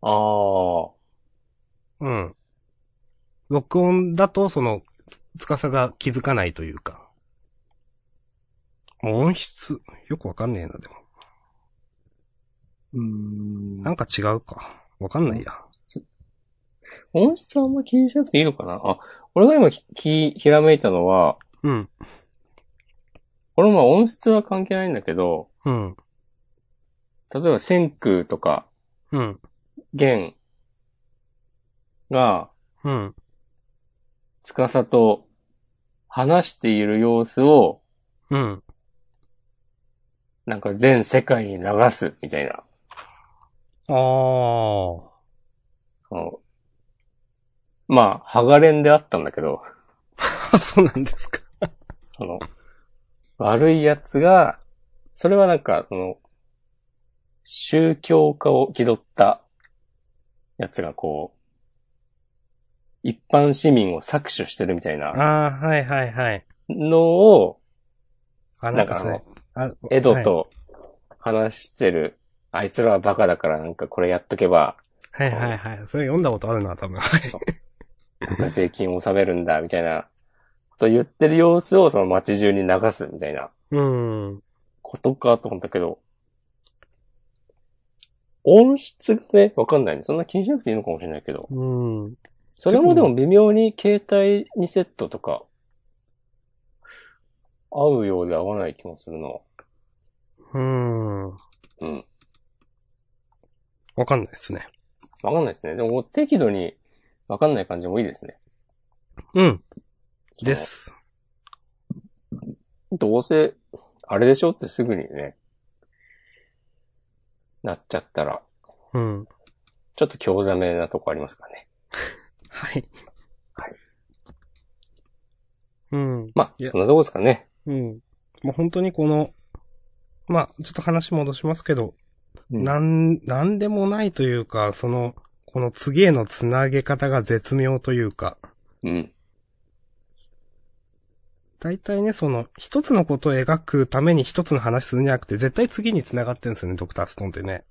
B: ああ。
A: うん。録音だと、その、つ司が気づかないというか。もう音質、よくわかんねえな、でも。
B: うん
A: なんか違うか。わかんないや。
B: 音質はあんま気にしなくていいのかなあ、俺が今ひひ、ひらめいたのは、
A: うん。
B: これもまあ音質は関係ないんだけど、
A: うん。
B: 例えば千空とか、
A: うん。
B: 弦が、
A: うん。
B: 司と話している様子を、
A: うん。
B: なんか全世界に流す、みたいな。
A: あー。
B: そのまあ、ハガレンであったんだけど、
A: あ、そうなんですか。
B: その、悪い奴が、それはなんか、その、宗教家を気取った奴がこう、一般市民を搾取してるみたいな
A: ああ、はいはいはい。
B: のを、
A: あ、な
B: なんん
A: か
B: かあ
A: それ
B: の、、
A: あ
B: エド。と話してる、あいつらはバカだからなんかこれやっとけば、
A: はいはいはいはい。それ読んだことあるな、多分。 はい
B: なんか税金を納めるんだ、みたいなこと言ってる様子をその街中に流すみたいな
A: うん。
B: ことかと思ったけど、音質がね、わかんないね。そんな気にしなくていいのかもしれないけど。
A: うん。
B: それもでも微妙に携帯2セットとか、合うようで合わない気もするな。
A: うん。
B: うん。
A: わかんないですね。
B: わかんないですね。でも適度にわかんない感じもいいですね。
A: うん。です。
B: どうせ、あれでしょってすぐにね、なっちゃったら、
A: うん。
B: ちょっと興ざめなとこありますからね。
A: はい。
B: はい。
A: うん。
B: ま
A: い
B: あ、
A: や
B: そんなとこですかね。
A: うん。もう本当にこの、まあ、ちょっと話戻しますけど、
B: うん
A: なん、なんでもないというか、その、この次へのつなげ方が絶妙というか、
B: うん。
A: 大体ね、その、一つのことを描くために一つの話するんじゃなくて、絶対次に繋がってるんですよね、ドクターストーンってね。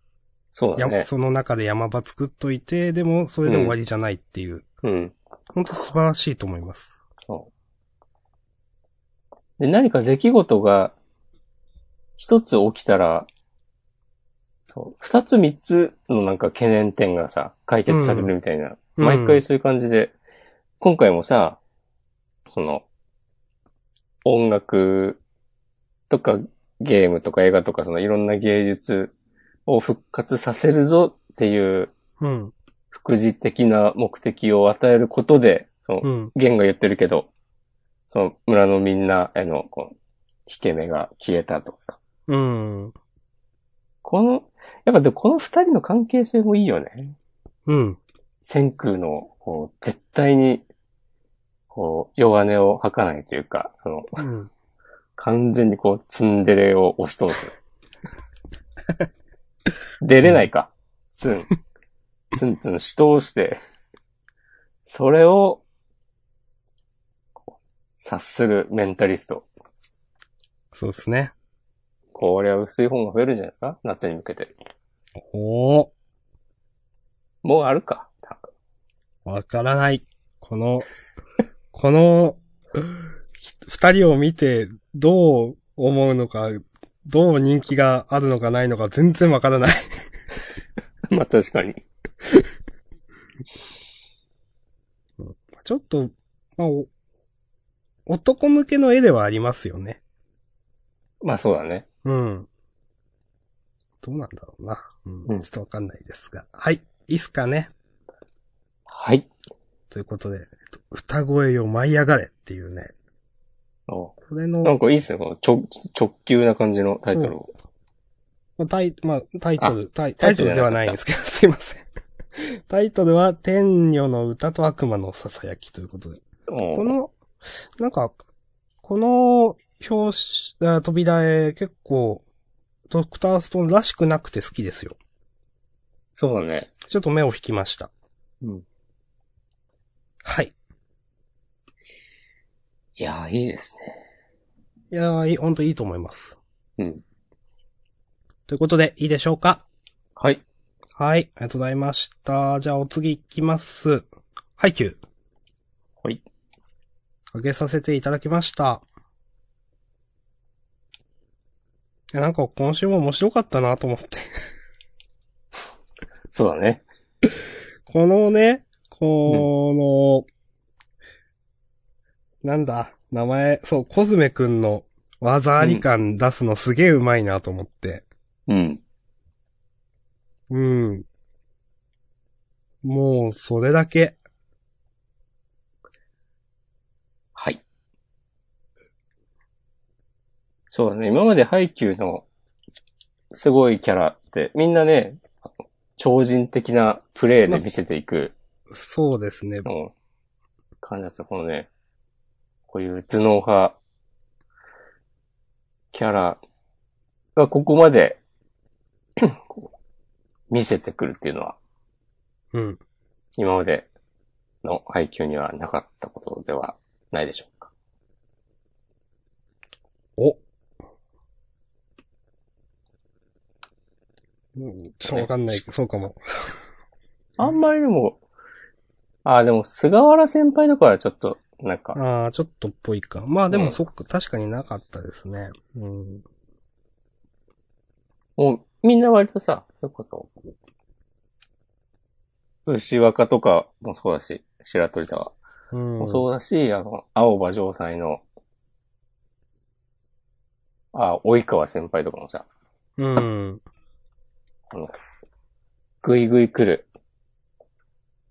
B: そう
A: や
B: だね。
A: その中で山場作っといて、でも、それで終わりじゃないっていう。
B: うん。
A: ほんと素晴らしいと思います。
B: で、何か出来事が一つ起きたら、そう、二つ三つのなんか懸念点がさ、解決されるみたい
A: う
B: な。
A: ん
B: 毎回そういう感じで、今回もさ、その、音楽とかゲームとか映画とかそのいろんな芸術を復活させるぞっていう
A: うん。
B: 副次的な目的を与えることで、その
A: うん。
B: ゲンが言ってるけど、その村のみんなへの、こう、引け目が消えたとかさ。
A: うん。
B: この、やっぱでもこの二人の関係性もいいよね。
A: うん。
B: 千空の、こう、絶対に、こう、弱音を吐かないというか、その、
A: うん。
B: 完全にこう、ツンデレを押し通す。出れないか。ツン。ツンツンし通して、それを、察するメンタリスト。
A: そうですね。
B: これは薄い本が増えるんじゃないですか夏に向けて。
A: おー。
B: もうあるか。多
A: わからない。この、 この、ひ二人を見て、どう思うのか、どう人気があるのかないのか、全然わからない。
B: 分まあ確かに。
A: ちょっと、まあ、お男向けの絵ではありますよね。
B: まあそうだね。
A: うん。どうなんだろうな。う。
B: うんん
A: ちょっとわかんないですが。はい。いいっすかね。
B: はい。
A: ということで、えっと歌声よ舞い上がれっていうね。
B: お
A: これの
B: なんかいいっすね、この直直球な感じのタイトルを。
A: まあ、タイ、まあ、タイトル、タイタ
B: タ
A: イ
B: イ
A: トル
B: トル
A: で
B: じゃ
A: は
B: なか
A: な
B: った
A: いんですけど、すいません。タイトルは、天女の歌と悪魔のささやきということで。
B: お
A: この、なんか、この表紙、あ扉絵、結構、ドクターストーンらしくなくて好きですよ。
B: そうだね。
A: ちょっと目を引きました。
B: うん。
A: はい。
B: いやー、いいですね。
A: いやー、いいほんといいと思います。
B: うん。
A: ということで、いいでしょうか
B: はい。
A: はい、ありがとうございました。じゃあ、お次行きます。ハイキュー。
B: はい。
A: あげさせていただきました。いやなんか今週も面白かったなと思って。
B: そうだね。
A: このね、この、なんだ、名前、そう、コズメくんの技あり感出すのすげえうまいなと思って。
B: うん。
A: うん。もう、それだけ。
B: はい。そうだね。今までハイキューのすごいキャラって、みんなね、超人的なプレーで見せていく、
A: そうですね。
B: うん、感じだった。このね、こういう頭脳派キャラがここまで こう見せてくるっていうのは、
A: うん。
B: 今までのハイキューにはなかったことではないでしょうか。
A: お。うん、ちょっとわかんない。そうかも。
B: あんまりでも、ああ、でも、菅原先輩とかはちょっと、なんか、
A: ああ、ちょっとっぽいか。まあで
B: う
A: も
B: ん
A: そっか、確かになかったですね。うん。
B: もう、みんな割とさ、それこそ、牛若とかもそうだし、白鳥沢
A: うん。
B: もそうだし、あの、青葉城西の、あ、及川先輩とかもさ、
A: うん。
B: あの、ぐいぐい来る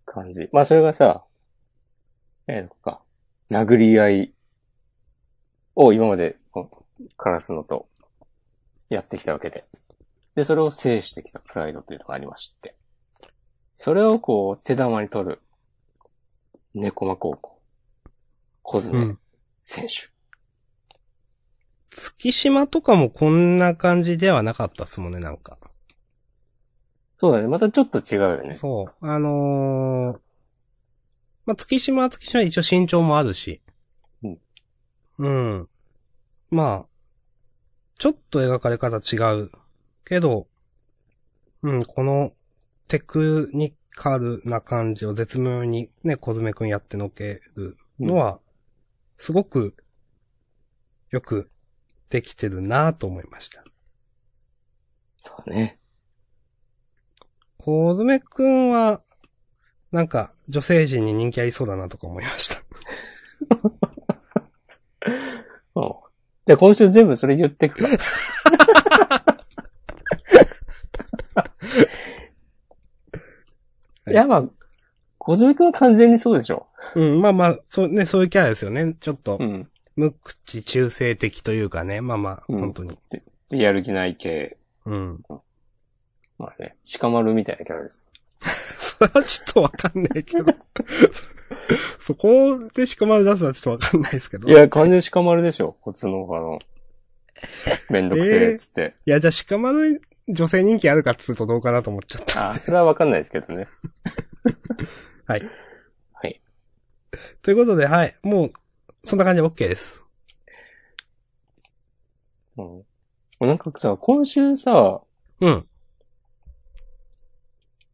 B: 感じ。まあ、それがさ、えー、とか、殴り合いを今までこうカラスのとやってきたわけで。で、それを制してきたプライドというのがありまして。それをこう、手玉に取る、猫間高校、コズ
A: う
B: メ
A: ん。
B: 選手。
A: 月島とかもこんな感じではなかったっすもんね、なんか。
B: そうだね。またちょっと違うよね。
A: そう。あのー、まあ、月島は月島は一応身長もあるし。
B: うん。
A: うん。まあ、ちょっと描かれ方違う。けど、うん、このテクニカルな感じを絶妙にね、小爪くんやってのけるのは、すごくよくできてるなと思いました。
B: そうだね。
A: 小爪くんは、なんか、女性陣に人気ありそうだなとか思いました。
B: うん。じゃあ今週全部それ言って くか。いや、まあ、小泉くんは完全にそうでしょ。
A: うん、まあまあ、そうね、そういうキャラですよね。ちょっと
B: う、ん。
A: 無口中性的というかね、まあまあ、
B: うん
A: 本当に。
B: でやる気ない系。
A: うん。
B: まあね、鹿丸みたいなキャラです。
A: それはちょっとわかんないけど。 そこでしかまだ出すのはちょっとわかんないですけど。
B: い
A: いや、
B: や、完全に鹿丸でしょ。こっちの、 あの、めんどくせえっつって。
A: じゃあ、鹿丸女性人気あるかっつうとどうかなと思っちゃった。
B: あそれはわかんないですけどね。
A: はい。
B: はい。
A: ということで、はい。もう、そんな感じで OK です。
B: うん。なんかさ、今週さ、
A: うん。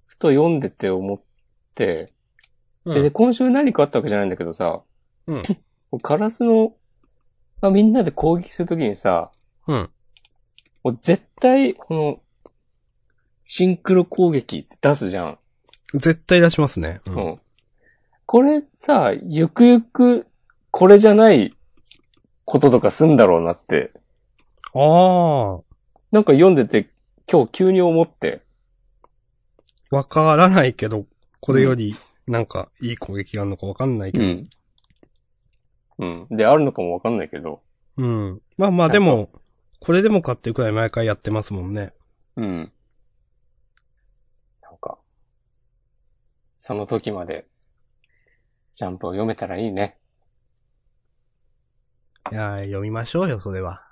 B: ふと読んでて思って、
A: う
B: で、
A: ん。
B: 今週何かあったわけじゃないんだけどさ、
A: うん。
B: カラスの、あみんなで攻撃するときにさ、
A: うん。
B: もう絶対、この、シンクロ攻撃って出すじゃん。
A: 絶対出しますね。う
B: うんん。これさ、ゆくゆく、これじゃないこととかすんだろうなって、
A: あ
B: なんか読んでて、今日急に思って、
A: あ、わからないけど、これより、なんか、いい攻撃があるのかわかんないけど。
B: ん。うん。で、あるのかもわかんないけど、
A: うん。まあまあ、でも、これでもかっていうくらい毎回やってますもんね。
B: うん。なんか、その時まで、ジャンプを読めたらいいね。
A: いやー、読みましょうよ、それは。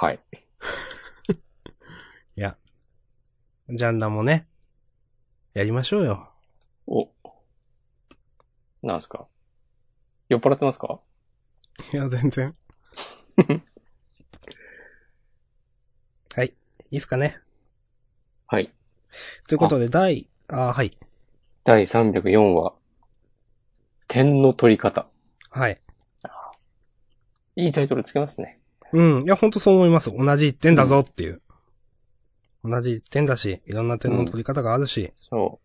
B: はい。
A: ジャンダンもね、やりましょうよ。
B: お。なんすか酔っ払ってますか
A: いや、全然。 はい。いいっすかね。
B: はい。
A: ということで、第、あー、はい。
B: 第304話、点の取り方。
A: はい。
B: いいタイトルつけますね。
A: うん。いや、ほんとそう思います。同じ一点だぞっていう。同じ一点だし、いろんな点の取り方があるし。
B: そ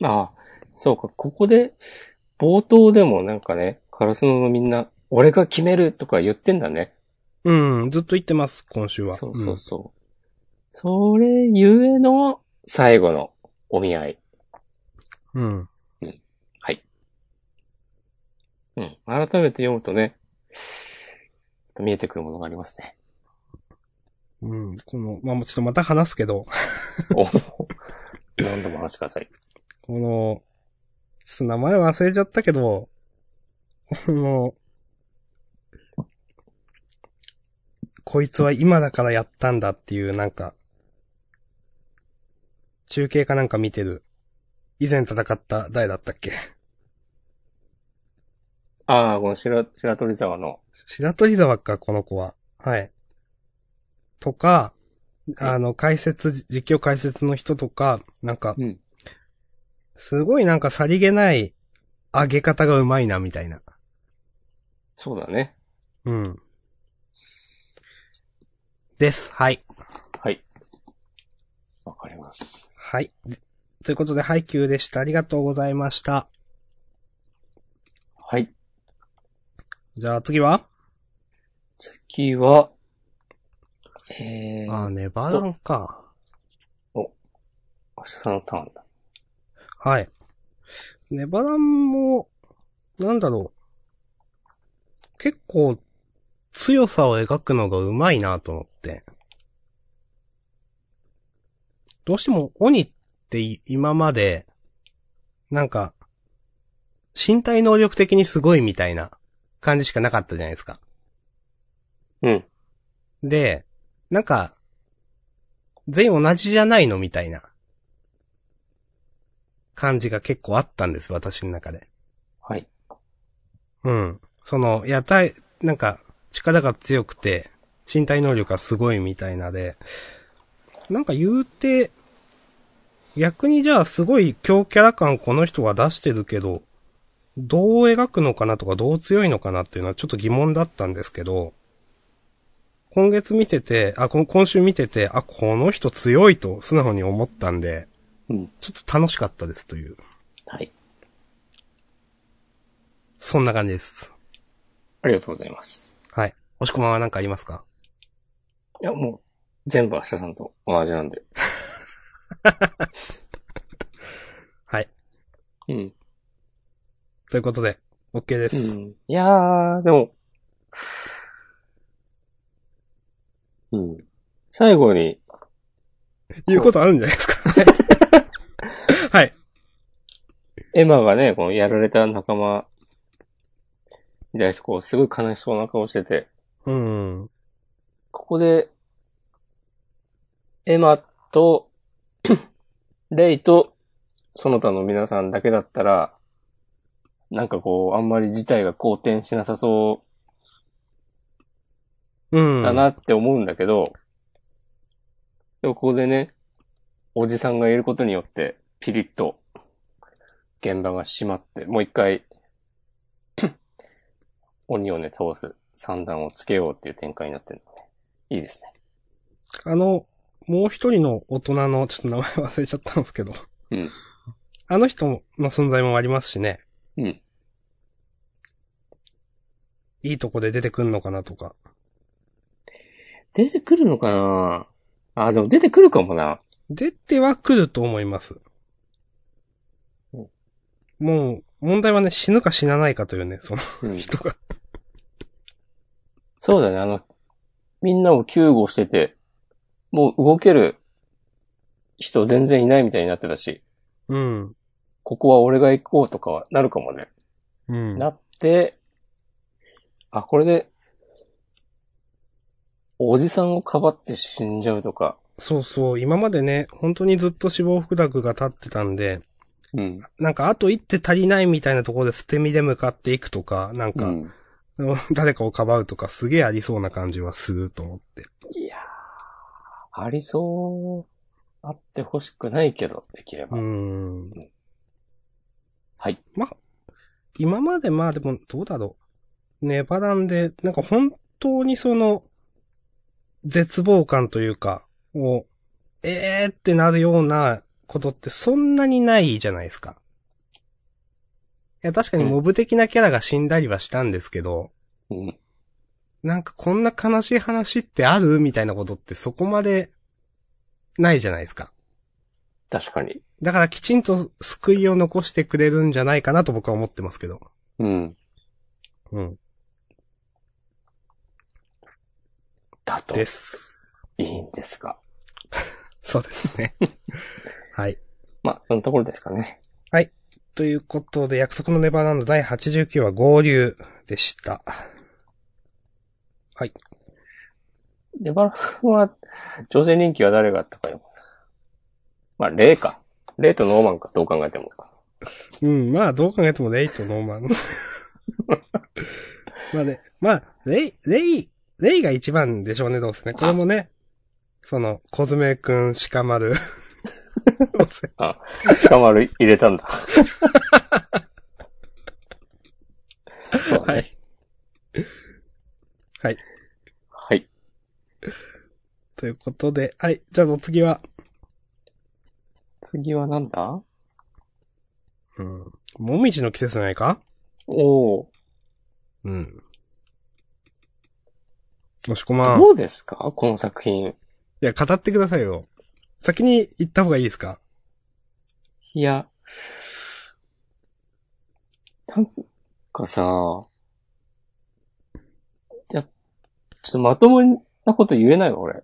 B: う。ああ、そうか、ここで、冒頭でもなんかね、カラスノのみんな、俺が決めるとか言ってんだね。
A: うん、ずっと言ってます、今週は。
B: そうそうそう。それゆえの、最後のお見合い。
A: うん。うん。
B: はい。うん。改めて読むとね、見えてくるものがありますね。
A: うん。この、まあ、もうちょっとまた話すけど、
B: お何度も話してください。
A: この、ちょっと名前忘れちゃったけど、この、こいつは今だからやったんだっていう、なんか、中継かなんか見てる。以前戦った、誰だったっけ
B: ああ、この白、白鳥沢の、
A: 白鳥沢か、この子は。はい。とか、あの、解説、実況解説の人とか、なんか、
B: うん
A: すごいなんかさりげない上げ方がうまいな、みたいな。
B: そうだね。
A: うん。です。はい。
B: はい。わかります。
A: はい。ということで、ハイキューでした。ありがとうございました。
B: はい。
A: じゃあ次は
B: 次は、えー、
A: あー、ネバダンか。
B: 明日さんのターンだ。
A: はい。ネバダンも、なんだろう。結構、強さを描くのがうまいなと思って。どうしても鬼ってい今まで、なんか、身体能力的にすごいみたいな感じしかなかったじゃないですか。
B: うん。
A: で、なんか、全員同じじゃないのみたいな感じが結構あったんです、私の中で。
B: はい。
A: うん。その、いや、たい、なんか、力が強くて、身体能力がすごいみたいなで、なんか言うて、逆にじゃあすごい強キャラ感この人は出してるけど、どう描くのかなとかどう強いのかなっていうのはちょっと疑問だったんですけど、今月見てて、あ、こ今週見てて、あ、この人強いと素直に思ったんで、
B: うん。
A: ちょっと楽しかったですという、
B: はい。
A: そんな感じです。
B: ありがとうございます。
A: はい。押し込まんは何かありますか
B: いや、もう、全部明日さんと同じなんで。
A: はい。
B: うん。
A: ということで、OK で
B: う
A: す。
B: ん。いやー、でも、うん。最後に、
A: 言うことあるんじゃないですか。 はい。
B: エマがね、このやられた仲間に対してこう、すごい悲しそうな顔してて、
A: うん。
B: ここで、エマと、 レイと、その他の皆さんだけだったら、なんかこう、あんまり事態が好転しなさそう
A: うん。
B: だなって思うんだけど、でもここでね、おじさんがいることによって、ピリッと、現場が閉まって、もう一回、 鬼をね、倒す三段をつけようっていう展開になってるのね。いいです
A: あの、もう一人の大人の、ちょっと名前忘れちゃったんですけど。
B: うん
A: あの人の存在もありますしね。
B: うん。
A: いいとこで出てくんのかなとか。
B: 出てくるのかなあ、でも出てくるかもな。
A: 出ては来ると思います
B: うん。
A: もう、問題はね、死ぬか死なないかというね、その
B: うん、
A: 人が。
B: そうだね、あの、みんなを救護してて、もう動ける人全然いないみたいになってたし、
A: うん。
B: ここは俺が行こうとかはなるかもね。
A: うん。
B: なって、あ、これで、おじさんをかばって死んじゃうとか。
A: そうそう、今までね、本当にずっと死亡服濁が立ってたんで、
B: うん。
A: なんかあと一手足りないみたいなところで捨て身で向かっていくとか、なん
B: う
A: か、
B: ん、
A: 誰かをかばうとかすげえありそうな感じはすると思って。
B: いやー、ありそう。あってほしくないけど、できれば。
A: うん。
B: はい。
A: 今までまあでも、どうだろう。ネバランで、なんか本当にその、絶望感というか、を、えーってなるようなことってそんなにないじゃないですか。いや、確かにモブ的なキャラが死んだりはしたんですけど、
B: うん。
A: なんかこんな悲しい話ってあるみたいなことってそこまでないじゃないですか。
B: 確かに。
A: だからきちんと救いを残してくれるんじゃないかなと僕は思ってますけど。
B: うん。
A: うん。
B: だと
A: で。す。
B: いいんですが。
A: そうです ね。はい。
B: まあ、そのところですかね。
A: ということで、約束のネバーランド第89話合流でした。はい。
B: レバラは、女性人気は誰が高いのまあ、レイか。レイとノーマンか、どう考えても。
A: うん、まあどう考えてもレイとノーマン。 まあね、まあ、レイ、レイ、レイが一番でしょうね、どうせね。これもね、その、コズメくん、鹿 丸。どうせ
B: あ、鹿丸入れたんだ。 そう
A: は
B: ね。
A: い。はい。
B: はい。
A: ということで、はい。じゃあお次は、
B: 次はなんだ
A: うん、もみじの季節じゃないか
B: おー
A: うん。もしこまん。い
B: どうですかこの作品。
A: や、語ってくださいよ。先に行った方がいいですか
B: いや。なんかさ、いや、ちょっとまともなこと言えないわ、俺。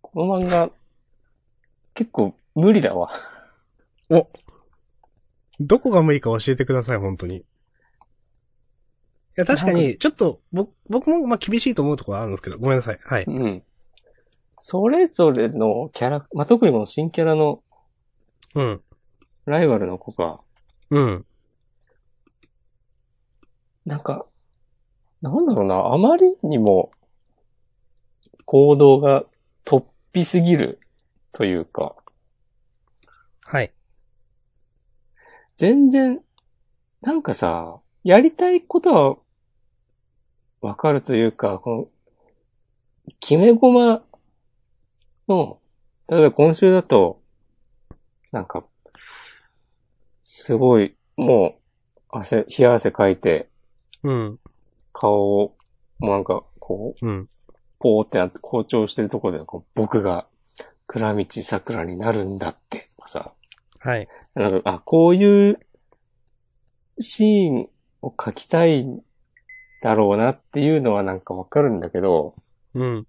B: この漫画、結構無理だわ。
A: どこが無理か教えてください、本当に。いや、確か
B: な
A: に、ちょっと、僕、僕も、まあ、厳しいと思うところはあるんですけど、ごめんなさい。はい。
B: うん。それぞれのキャラ、まあ、特にこの新キャラの
A: うん。
B: ライバルの子が、
A: うん。
B: なんか、なんだろうな、あまりにも行動が突飛すぎるというか、
A: はい。
B: 全然、なんかさ、やりたいことはわかるというか、この、決め駒の、例えば今週だと、なんか、すごい、もう、汗、冷や汗かいて、
A: うん。
B: 顔を、もうなんか、こう、
A: うん。
B: ぽーってなって、好調してるところで、こう僕が、倉道桜になるんだって、さ、
A: はい。
B: なんか、あ、こういうシーンを描きたいんだろうなっていうのはなんかわかるんだけど、
A: うん。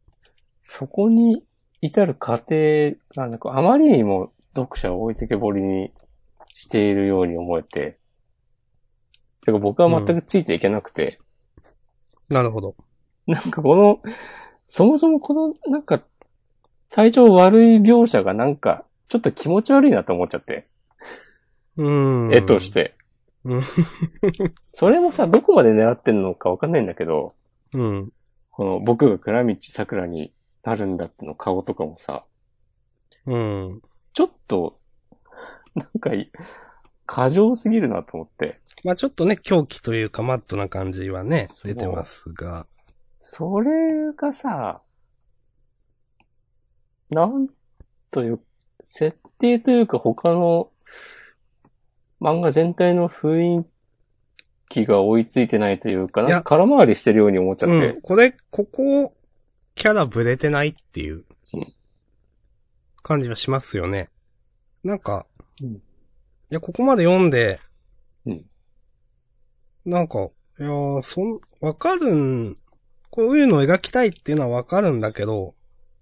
B: そこに至る過程がなんかあまりにも読者を置いてけぼりにしているように思えて、てか僕は全くついていけなくて、
A: なるほど。
B: なんかこの、そもそもこのなんか、体調悪い描写がなんか、ちょっと気持ち悪いなと思っちゃって、
A: うん。。
B: 絵としてて。
A: うん。
B: それもさ、どこまで狙ってんのかわかんないんだけど、
A: うん。
B: この僕が倉道桜になるんだっての顔とかもさ、
A: うん。
B: ちょっと、なんかい、過剰すぎるなと思って、
A: まあちょっとね、狂気というか、マットな感じはね、出てますが。
B: それがさ、なんという、設定というか他の漫画全体の雰囲気が追いついてないというか、
A: いや
B: なんか空回りしてるように思っちゃっ
A: う
B: て
A: ん。。これ、ここ、キャラブレてないっていう
B: うん、
A: 感じはしますよね。なんか、
B: うん
A: いや、ここまで読んで、
B: うん
A: なんか、いやーそん、わかるん、こういうのを描きたいっていうのはわかるんだけど、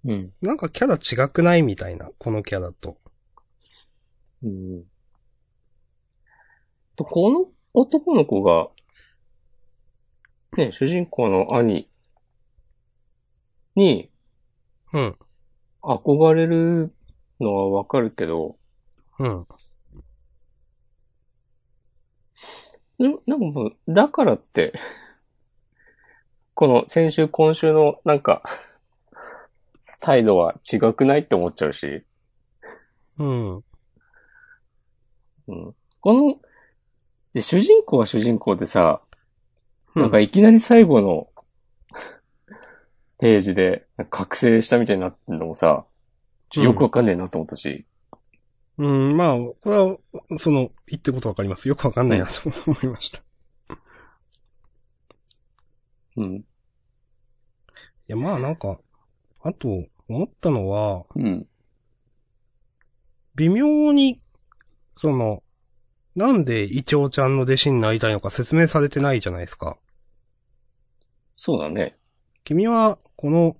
B: うん。
A: なんかキャラ違くないみたいな、このキャラと。
B: うん。と、この男の子が、ね、主人公の兄に
A: うん。
B: 憧れるのはわかるけど、
A: うん。
B: でもなんかもう、だからって、この先週今週のなんか、態度は違くないって思っちゃうし、
A: うん。
B: うん、この、で主人公は主人公でさ、
A: うん
B: なんかいきなり最後の ページでなんか覚醒したみたいになってるのもさ、ちょよくわかんねえなと思ったし、
A: うん、まあ、これは、その、言ってることわかります。よくわかんないなと思いました。
B: うん。
A: いや、まあなんか、あと、思ったのは、
B: うん。
A: 微妙に、その、なんでイチョウちゃんの弟子になりたいのか説明されてないじゃないですか。
B: そうだね。
A: 君は、この、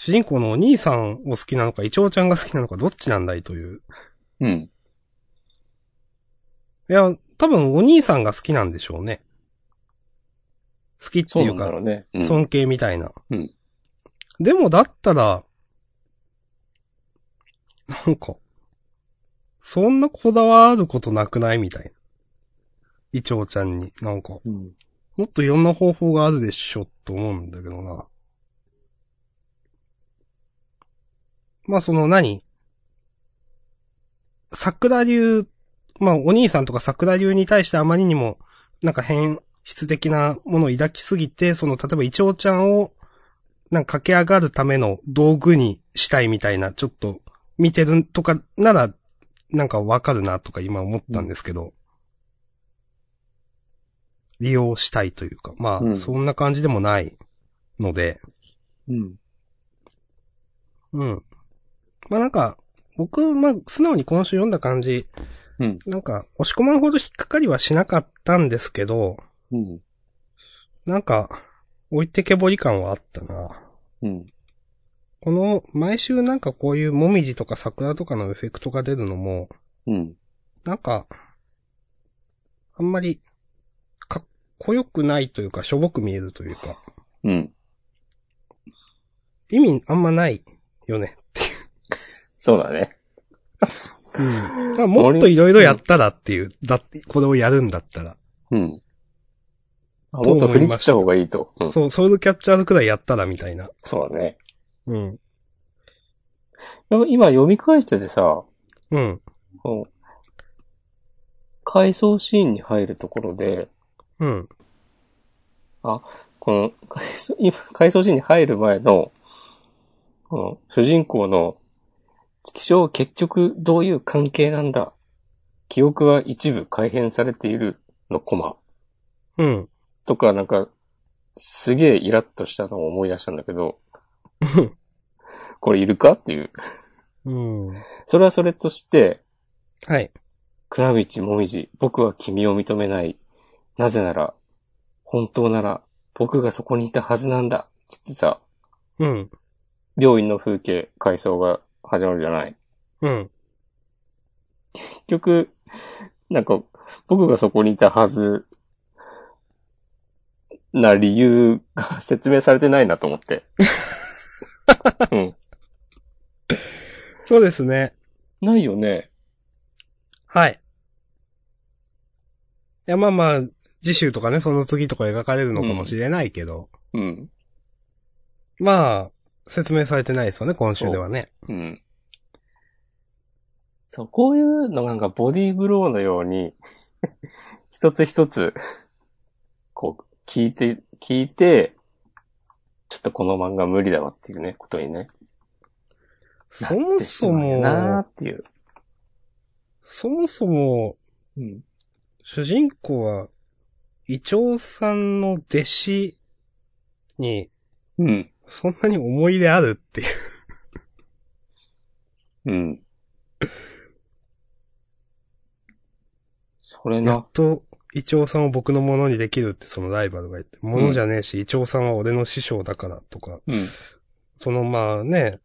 A: 主人公のお兄さんを好きなのか、イチョウちゃんが好きなのか、どっちなんだいという。
B: うん。
A: いや、多分お兄さんが好きなんでしょうね。好きって
B: そう
A: い
B: な
A: うん
B: だ
A: か、
B: ろうね。うん
A: 尊敬みたいな。
B: うん
A: でもだったら、なんか、そんなこだわることなくないみたいな。イチョウちゃんに。なんか、
B: うん。
A: もっといろんな方法があるでしょ、と思うんだけどな。まあその何桜流、まあお兄さんとか桜流に対してあまりにも、なんか変質的なものを抱きすぎて、その例えばイチョウちゃんを、なんか駆け上がるための道具にしたいみたいな、ちょっと見てるとかなら、なんかわかるなとか今思ったんですけど、利用したいというか、ま
B: う
A: あ
B: ん
A: そんな感じでもないので、
B: うん。
A: うん。まあなんか、僕、まあ素直に今週読んだ感じ、
B: うん
A: なんか、押し込まんほど引っかかりはしなかったんですけど、
B: うん。
A: なんか、置いてけぼり感はあったな。
B: うん。
A: この、毎週なんかこういうもみじとか桜とかのエフェクトが出るのも、
B: うん。
A: なんか、あんまり、かっこよくないというか、しょぼく見えるというか、
B: うん。
A: 意味あんまないよね。
B: そうだね。
A: うん。だからもっといろいろやったらっていう、だって、これをやるんだったら。
B: うん。あ
A: と
B: もっと
A: 思
B: 振
A: い
B: り
A: ま
B: 切
A: した
B: った方がいいと。うん。
A: そう、ソウルキャッチャーズくらいやったらみたいな。
B: そうだね。
A: うん。
B: でも今読み返しててさ、
A: うん。
B: こう、回想シーンに入るところで、
A: うん。
B: この 回想、今、回想シーンに入る前の、この主人公の、気象結局どういう関係なんだ記憶は一部改変されているのコマ
A: うん。
B: とかなんか、すげえイラッとしたのを思い出したんだけど、これいるかっていう。
A: うん。
B: それはそれとして、
A: はい。
B: 倉道もみじ、僕は君を認めない。なぜなら、本当なら、僕がそこにいたはずなんだ。つってさ、
A: うん。
B: 病院の風景、回想が始まるじゃない。
A: うん。
B: 結局、なんか、僕がそこにいたはず、な理由が説明されてないなと思って。うん。
A: そうですね。
B: ないよね。
A: はい。いや、まあまあ、次週とかね、その次とか描かれるのかもしれないけど。
B: うん。
A: まあ、説明されてないですよね、今週ではね。
B: うん。そう、こういうのがなんかボディーブローのように、 一つ一つ、こう、聞いて、聞いて、ちょっとこの漫画無理だわっていうね、ことにね。
A: そもそ
B: なってしまうんやなー
A: も、
B: っていう。
A: そもそも、
C: うん。
A: 主人公は、イチョウさんの弟子に、
B: うん。
A: そんなに思い入れあるっていう。
B: うん。それ
A: や
B: な
A: っ。と、イチョウさんを僕のものにできるってそのライバルが言って、ものじゃねえし、イチョウさんは俺の師匠だからとか、
B: うん。
A: そのまあね、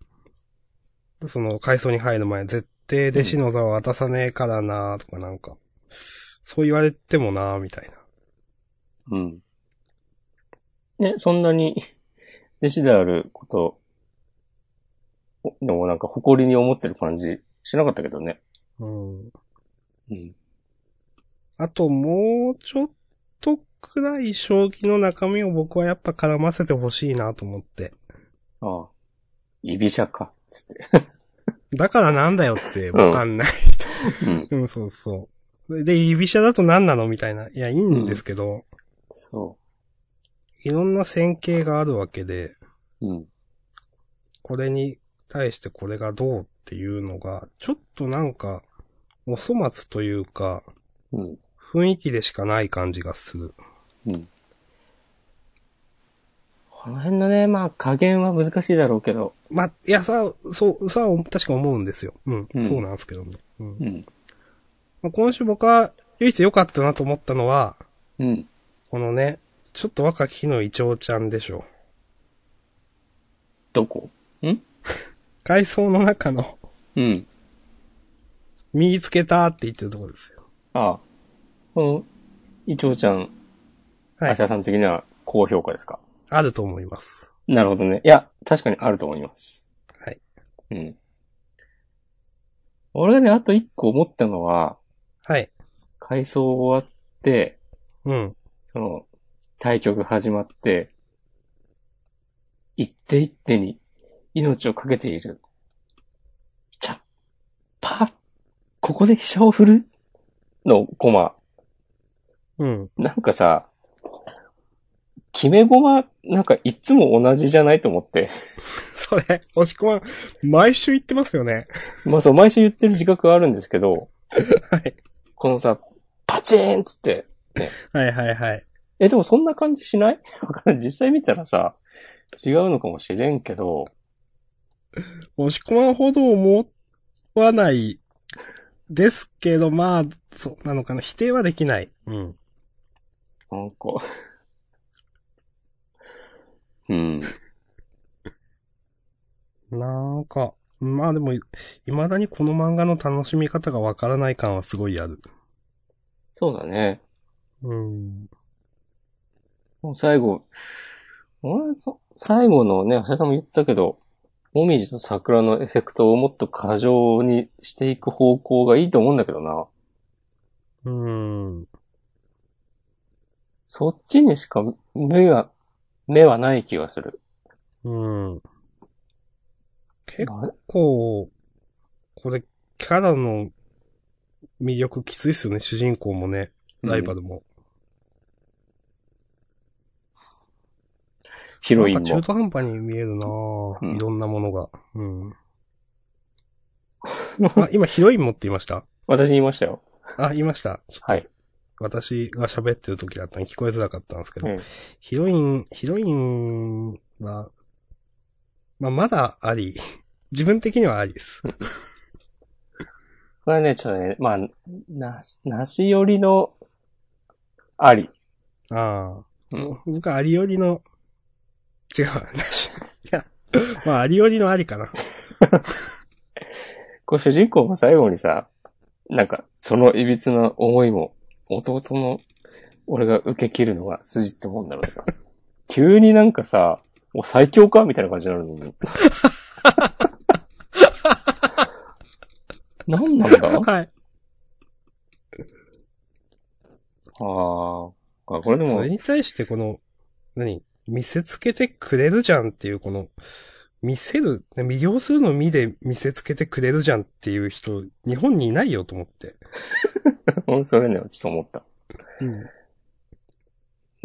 A: その階層に入る前、絶対弟子の座は渡さねえからなとかなんか、そう言われてもなみたいな。
B: うん。ね、そんなに、 弟子であることを、でもなんか誇りに思ってる感じしなかったけどね。
A: うん。
B: うん。
A: あともうちょっとくらい将棋の中身を僕はやっぱ絡ませてほしいなと思って。
B: ああ。居飛車か、つって。
A: だからなんだよってわかんない。
B: うん。
A: うん、 そうそう。で、居飛車だと何なのみたいな。いや、いいんですけど、
B: そ
A: いろんな線形があるわけで、
B: う。うん。
A: これに対してこれがどうっていうのが、ちょっとなんか、お粗末というか、
B: うん。
A: 雰囲気でしかない感じがする。
B: うん。この辺のね、まあ加減は難しいだろうけど。
A: ま、いや、さ、そう、さ、確か思うんですよ。うん、
B: うん
A: そうなんですけどね。うん
B: うん。
A: まあ今週僕は唯一良かったなと思ったのは、
B: うん。
A: このね、ちょっと若き日のイチョウちゃんでしょ。
B: どこん
A: 階層の中の
B: うん。
A: 見つけたって言ってるとこですよ。
B: ああ。この、伊調ちゃん、
A: はい
B: アシャさん的には高評価ですか
A: あると思います。
B: なるほどね。いや、確かにあると思います。
A: はい。
B: うん。俺がね、あと一個思ったのは、
A: はい。
B: 回想終わって、
A: うん。
B: その、対局始まって、一手一手に命をかけている。チャッパーここで飛車を振るのコマ。
A: うん。
B: なんかさ、決め駒、なんかいつも同じじゃないと思って。
A: それ、押し込まん、毎週言ってますよね。
B: まあそう、毎週言ってる自覚はあるんですけど、
A: はい。
B: このさ、パチーンっつって、
A: はいはいはい。
B: え、でもそんな感じしない わかんない実際見たらさ、違うのかもしれんけど、
A: 押し込まんほど思わないですけど、まあ、そうなのかな。否定はできない。うん。
B: なんか、うん。
A: なんか、まあでも、未だにこの漫画の楽しみ方がわからない感はすごいある。
B: そうだね。
A: うん。
B: もう最後、俺、そ最後のね、橋田さんも言ったけど、もみじと桜のエフェクトをもっと過剰にしていく方向がいいと思うんだけどな。
A: うん。
B: そっちにしか目が、目はない気がする。
A: うん。結構、これ、キャラの魅力きついっすよね、主人公もね、ライバルも。
B: ヒロイ
A: な
B: ン
A: んか
B: も
A: 中。途半端に見えるなぁ、
B: うん
A: いろんなものが。 うん。あ、今ヒロインもって言いました
B: 私言いましたよ。
A: あ、言いました。ちょっと
B: はい。
A: 私が喋ってる時だったのに聞こえづらかったんですけど、
B: うん
A: ヒロイン、ヒロインは、まあ、まだあり、自分的にはありです。
B: これはね、ちょっとね、まあ、なし、なし寄りの、あり。
A: ああ。
B: うん。
A: 僕はありよりの、違う 話。いや、まあ、ありよりのありかな。
B: こう主人公も最後にさ、なんか、そのいびつな思いも、弟の、俺が受け切るのが筋ってもんだろうな。急になんかさ、お、最強かみたいな感じになるのに。 なんなんだ
A: はい。
B: ああ、これで
A: そ
B: も
A: れ、に対して、この、何見せつけてくれるじゃんっていう、この、見せる、魅了するの見で見せつけてくれるじゃんっていう人、日本にいないよと思って。
B: うんそれね、ちょっと思った。
A: うん。
B: う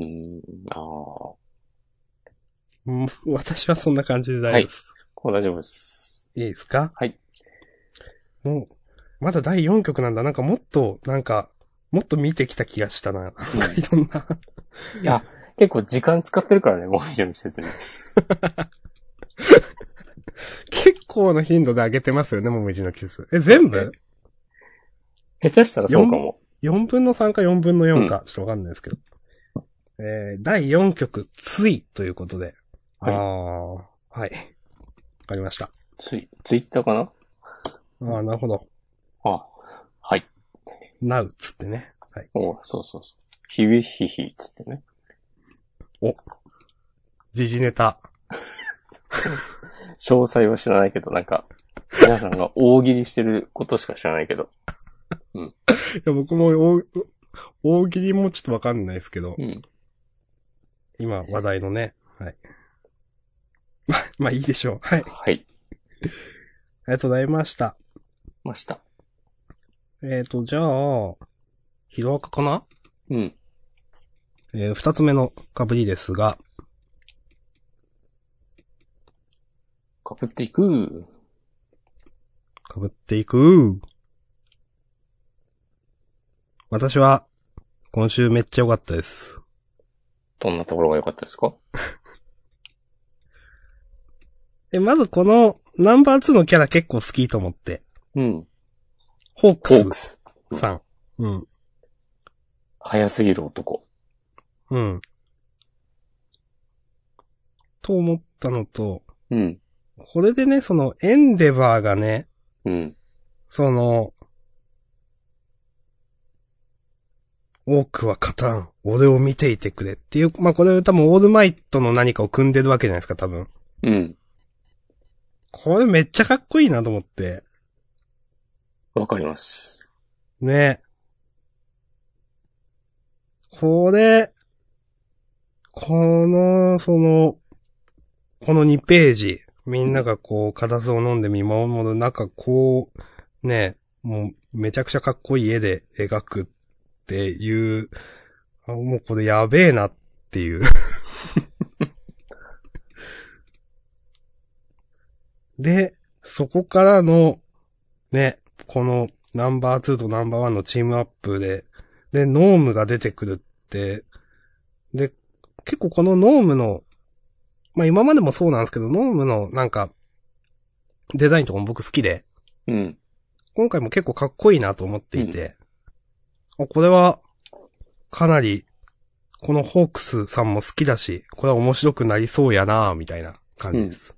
B: ーん、ああ、こ
A: うん私はそんな感じで大丈夫です。
B: う大丈夫です。
A: い、いですか
B: はい。
A: もう、まだ第4局なんだ。なんかもっと、なんか、もっと見てきた気がしたな。なんか いろんな。
B: いや、結構時間使ってるからね、もみじの季節に。
A: 結構な頻度で上げてますよね、もみじの季節。え、全部
B: 下手したらそうかも。
A: ?4 分の3か4分の4か、ちょっとわかんないですけど。えー、第4曲、ついということで。
B: はい
A: ああ、はい。わかりました。
B: ツイ、ツイッターかな
A: ああ、なるほど。
B: あ、はい。
A: なうっつってね。はい。
B: おうそうそうそう。ひびひひ、つってね。
A: 時事ネタ。
B: 詳細は知らないけど、なんか、皆さんが大喜利してることしか知らないけど。
A: いや、僕も大、大喜利もちょっとわかんないですけど、
B: うん。
A: 今話題のね。はい。 ま、まあいいでしょう。はい。あ
B: はい。
A: りがとうございました。
B: ました。
A: えーと、じゃあ、ヒロアカかな
B: うん。
A: えー二つ目のかぶりですが、
B: かぶっていく。
A: かぶっていく。私は、今週めっちゃ良かったです。
B: どんなところが良かったですか
A: で、まずこの、ナンバー2のキャラ結構好きと思って。
B: うん。
A: ホーク
B: ホーク
A: ス
B: ス。
A: さん。うん。
B: 早すぎる男。
A: うん。と思ったのと、
B: うん。
A: これでね、その、エンデバーがね、
B: うん。
A: その、多くは勝たん。俺を見ていてくれっていう、まあ、これ多分オールマイトの何かを組んでるわけじゃないですか、多分。
B: うん。
A: これめっちゃかっこいいなと思って。
B: わかります。
A: ね。これ、この、その、この2ページ、みんながこう、片唾を飲んで見守る中、こう、ね、もう、めちゃくちゃかっこいい絵で描くっていう、あもうこれやべえなっていう。 で、そこからの、ね、このナンバー2とナンバー1のチームアップで、で、ノームが出てくるって、で、結構このノームの、まあ今までもそうなんですけど、ノームのなんか、デザインとかも僕好きで、
B: うん。
A: 今回も結構かっこいいなと思っていて、あこれは、かなり、このホークスさんも好きだし、これは面白くなりそうやなみたいな感じです。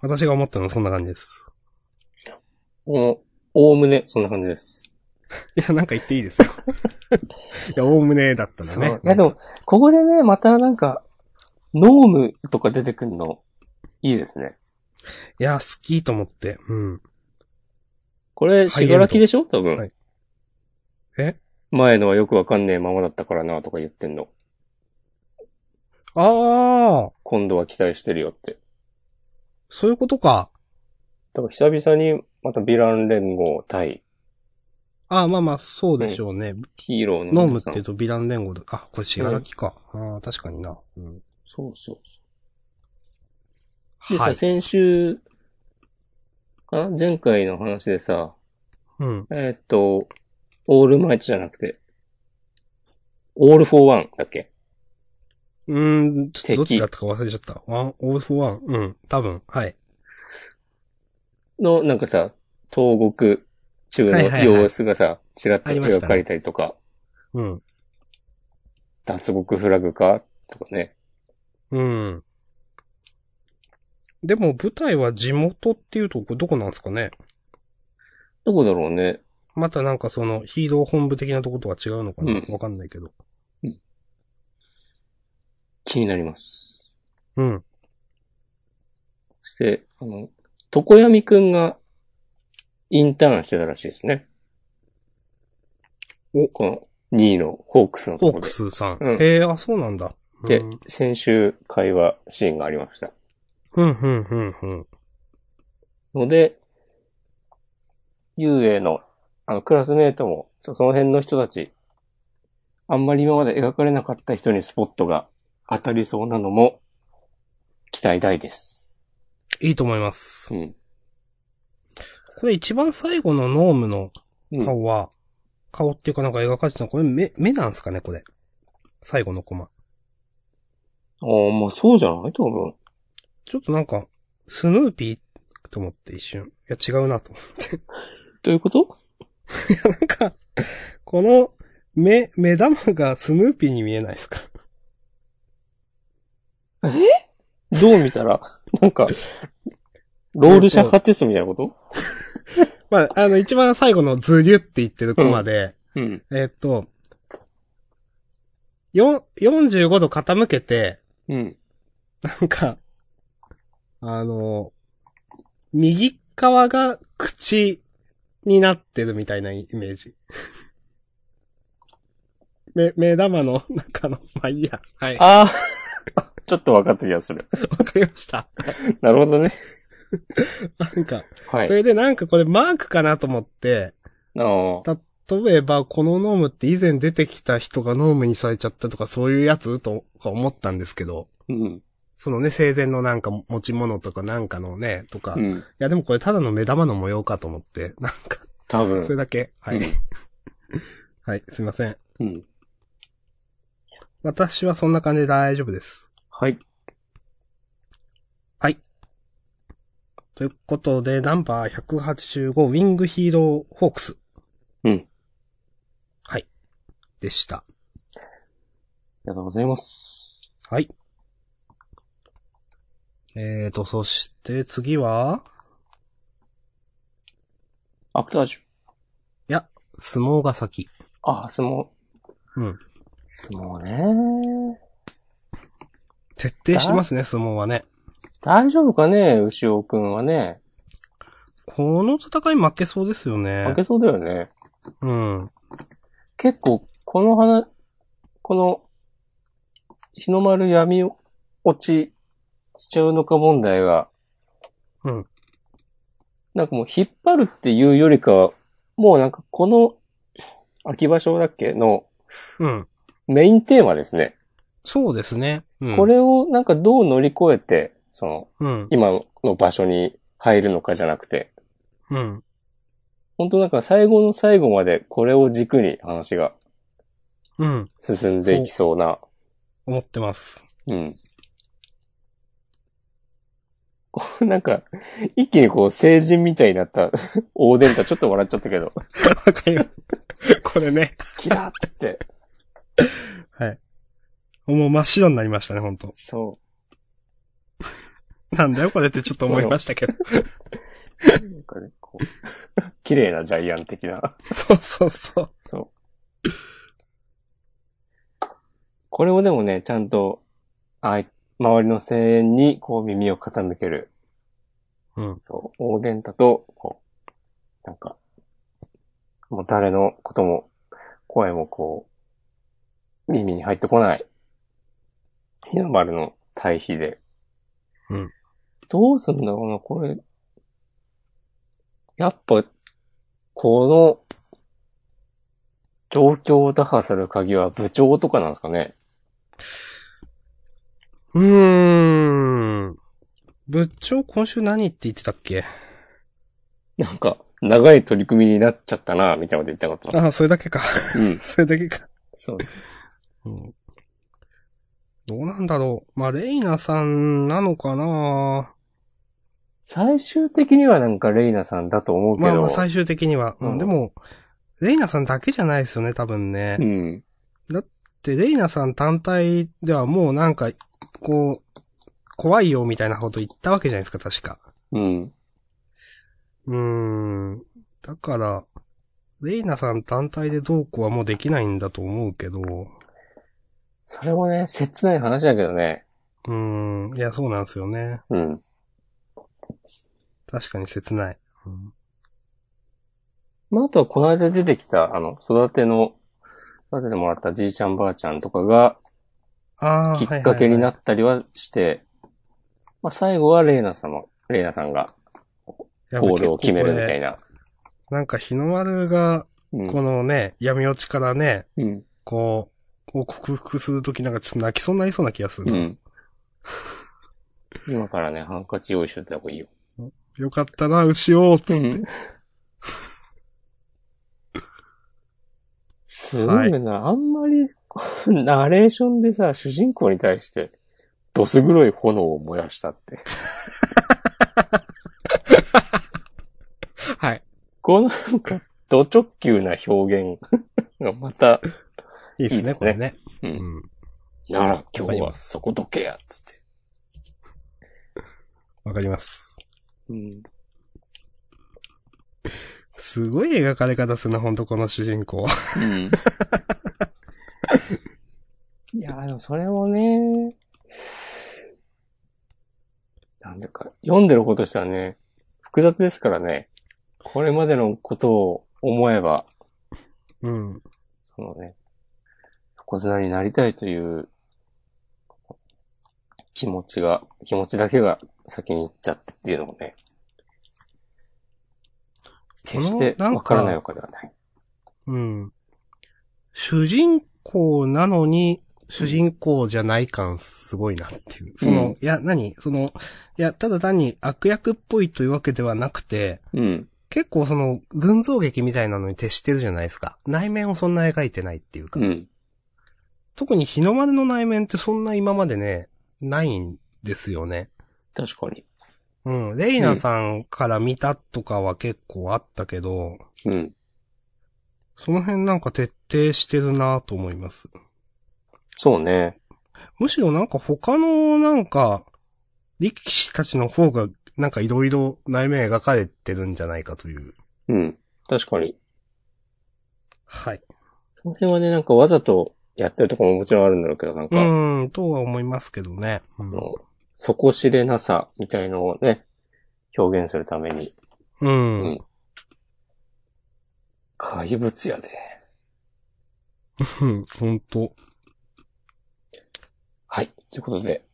A: 私が思ったのはそんな感じです。
B: お、おおむね、そんな感じです。
A: いや、なんか言っていいです よ。いや、おおむねだったら
B: そう。
A: ね。
B: いや、でも、ここでね、またなんか、ノームとか出てくるの、いいですね。
A: いや、好きと思って。うん。
B: これ、しがらきでしょ多分。
A: はいえ
B: 前のはよくわかんねえままだったからな、とか言ってんの。
A: ああ、
B: 今度は期待してるよって。
A: そういうことか。
B: だから久々に、またヴィラン連合対
A: ああ、まあまあ、そうでしょうね。
B: ヒーローの
A: ノームって
B: さん
A: 言うとヴィラン連合だ。あ、これ死柄木か。ああ、確かにな。うん。
B: そうそう。でさ、
A: はい。
B: 先週、かな前回の話でさ、
A: うん。
B: えーっと、オールマイトじゃなくて、オールフォーワンだっけ
A: うーん、ちょっとどっち
B: 敵
A: だったか忘れちゃった。ワン、オールフォーワン。うん、多分。はい。
B: の、なんかさ、東国中
A: はいは
B: の
A: いはい
B: 様子がさ、ちらっと
A: ありました
B: 描
A: ね
B: かれたりとか、
A: うん。
B: 脱獄フラグかとかね。
A: うん。でも、舞台は地元っていうと、これどこなんですかね
B: どこだろうね。
A: またなんかそのヒーロー本部的なとことは違うのかなわ
B: う、ん
A: かんないけど。
B: 気になります。
A: うん。
B: そして、あの、床闇くんがインターンしてたらしいですね。
A: お
B: この2位のホークスのと
A: ホ
B: こ
A: ー
B: ろ
A: ク
B: で。
A: スさん。
B: うん
A: へえ、あ、そうなんだ。
B: で
A: うん、
B: 先週会話シーンがありました。
A: うん、うん、うん、うん。
B: ので、遊泳の、あの、クラスメートも、ちょその辺の人たち、あんまり今まで描かれなかった人にスポットが当たりそうなのも、期待大です。
A: いいと思います
B: う。ん。
A: これ一番最後のノームの
B: うん
A: 顔は、顔っていうかなんか描かれてたの、これ目、目なんですかね、これ。最後のコマ。
B: ああ、まあそうじゃない多分。
A: ちょっとなんか、スヌーピーと思って一瞬。いや、違うなと思って。
B: どういうこと
A: なんか、この目、目玉がスヌーピーに見えないですか
B: どう見た ら、なんか、ロールシャッハテストみたいなこと
A: まあ、あの、一番最後のズリュって言ってるコマで、
B: うん。
A: えーっと、よ、45度傾けて、
B: うん。
A: なんか、あの、右側が口になってるみたいなイメージ。目、目玉の中の、まあいいや。はい。わ
B: ああ、 ちょっと分かった気がする。
A: かりました。
B: なるほどね。
A: なんか、
B: はい。
A: それでなんかこれマークかなと思って、
B: ああ。
A: 例えば、このノームって以前出てきた人がノームにされちゃったとかそういうやつとか思ったんですけど、
B: うん。
A: そのね、生前のなんか持ち物とかなんかのね、とか、
B: う
A: い
B: ん。
A: やでもこれただの目玉の模様かと思って、なんか、
B: 多
A: それ
B: 分。
A: だけ、はい。
B: うん
A: はい、すいません。
B: うん。
A: 私はそんな感じで大丈夫です。
B: はい。
A: はい。ということで、ナンバー185、ウィングヒーローホークス。
B: うん。
A: はい。でした。
B: ありがとうございます。
A: はい。えーと、そして次は、
B: アフタージュ。
A: 相撲が先。
B: あ、相撲。
A: うん。
B: 相撲ね。
A: 徹底してますね、相撲はね。
B: 大丈夫かね牛尾くんはね。
A: この戦い負けそうですよね。
B: 負けそうだよね。
A: うん。
B: 結構、この話、この、日の丸闇落ちしちゃうのか問題が、
A: うん。
B: なんかもう引っ張るっていうよりかは、もうなんかこの、秋場所だっけの
A: うん。
B: メインテーマですね。
A: そうですね。うん、
B: これをなんかどう乗り越えて、その、
A: うん。
B: 今の場所に入るのかじゃなくて、
A: うん。
B: 本当なんか最後の最後までこれを軸に話が
A: うん。
B: 進んでいきそうな。
A: 思ってます。
B: うん。こう なんか、一気にこう、成人みたいになった、 大伝太、ちょっと笑っちゃったけど、
A: わかります。 これね。
B: キラーっつって。
A: はい。もう真っ白になりましたね、本当
B: そ
A: なんだよ、これってちょっと思いましたけど。
B: う。なんかね、こう、 綺麗なジャイアン的な。
A: そうそうそう。
B: そう。これをでもね、ちゃんと、あい、周りの声援に、こう、耳を傾ける。
A: うん。
B: そう、大伝太と、こう、なんか、もう誰のことも、声もこう、耳に入ってこない、日の丸の対比で。
A: うん。
B: どうすんだろうな、これ。やっぱ、この、状況を打破する鍵は部長とかなんですかね。
A: うーん。部長今週何って言ってたっけ
B: なんか、長い取り組みになっちゃったな、みたいなこと言ったこと。
A: ああ、それだけか。
B: うん。
A: それだけか。
B: そうです。
A: うん。どうなんだろう。まあ、レイナさんなのかな
B: 最終的にはなんかレイナさんだと思うけど。
A: まあまあ最終的には。うん
B: うん
A: でも、レイナさんだけじゃないですよね、多分ね。
B: うん。
A: で、レイナさん単体ではもうなんか、こう、怖いよみたいなこと言ったわけじゃないですか、確か。
B: うん。
A: うーん。だから、レイナさん単体でどうこうはもうできないんだと思うけど、う
B: それもね、切ない話だけどね。
A: ーん、いや、そうなんですよね。
B: うん。
A: 確かに切ない。うん
B: まあ、あとはこの間出てきた、あの、育ての、育ててもらったじいちゃんばあちゃんとかが、
A: ああ、
B: きっかけにな
A: っ
B: ったりはして、まあ、最後はレイナ様、レイナさんがゴールを決めるみたいな。
A: なんか日の丸が、
B: うん
A: このね、闇落ちからね、
B: うん。
A: こう、を克服するときなんかちょっと泣きそうになりそうな気がする
B: う
A: な。
B: ん。今からね、ハンカチ用意しといた方がいいよ。
A: よかったな、牛を、つって。
B: ん。すごいよな。あんまり、 こうナレーションでさ、主人公に対して、どす黒い炎を燃やしたって。
A: はい。
B: このなんか、ド直球な表現がまた、
A: いいです
B: い
A: ね、
B: いで
A: こ
B: すね
A: れね。
B: う。
A: うんん。
B: なら今日はそこどけや、つって。
A: わかります。
B: うん。
A: すごい描かれ方するな、ほんとこの主人公。
B: いやー、でもそれをね、なんだか、読んでる方としてはね、複雑ですからね、これまでのことを思えば、
A: うん。
B: そのね、横綱になりたいという気持ちが、気持ちだけが先に行っちゃってっていうのもね、決して
A: このなんか
B: わからないわけではない。
A: うん。主人公なのに、主人公じゃない感すごいなっていう。その、
B: うん
A: いや、何その、いや、ただ単に悪役っぽいというわけではなくて、
B: うん。
A: 結構その、群像劇みたいなのに徹してるじゃないですか。内面をそんな描いてないっていうか。
B: うん。
A: 特に日の丸の内面ってそんな今までね、ないんですよね。
B: 確かに。
A: うん。レイナさんから見たとかは結構あったけど、
B: うん。
A: その辺なんか徹底してるなと思います。
B: そうね。
A: むしろなんか他のなんか、力士たちの方がなんかいろいろ内面描かれてるんじゃないかという。
B: うん。確かに。
A: はい。
B: その辺はね、なんかわざとやってるとこももちろんあるんだろうけど、なん
A: う
B: か、
A: ん、とは思いますけどね。うん
B: あの底知れなさみたいのをね、表現するために、
A: うん。
B: うん怪物やで。
A: うん、ほんと。
B: はい。ということで、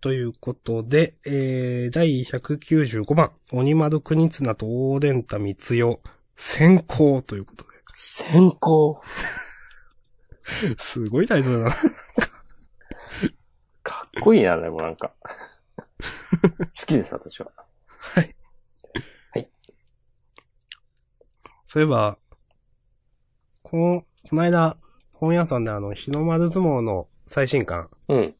A: ということで、えー、第195番、鬼丸国綱と大伝太光代、先行ということ
B: 先行。
A: で。 すごいタイトルだな。
B: かっこいいな、でもなん か。好きです、私は。
A: そういえば、この、この間、本屋さんであの、日の丸相撲の最新刊
B: うん。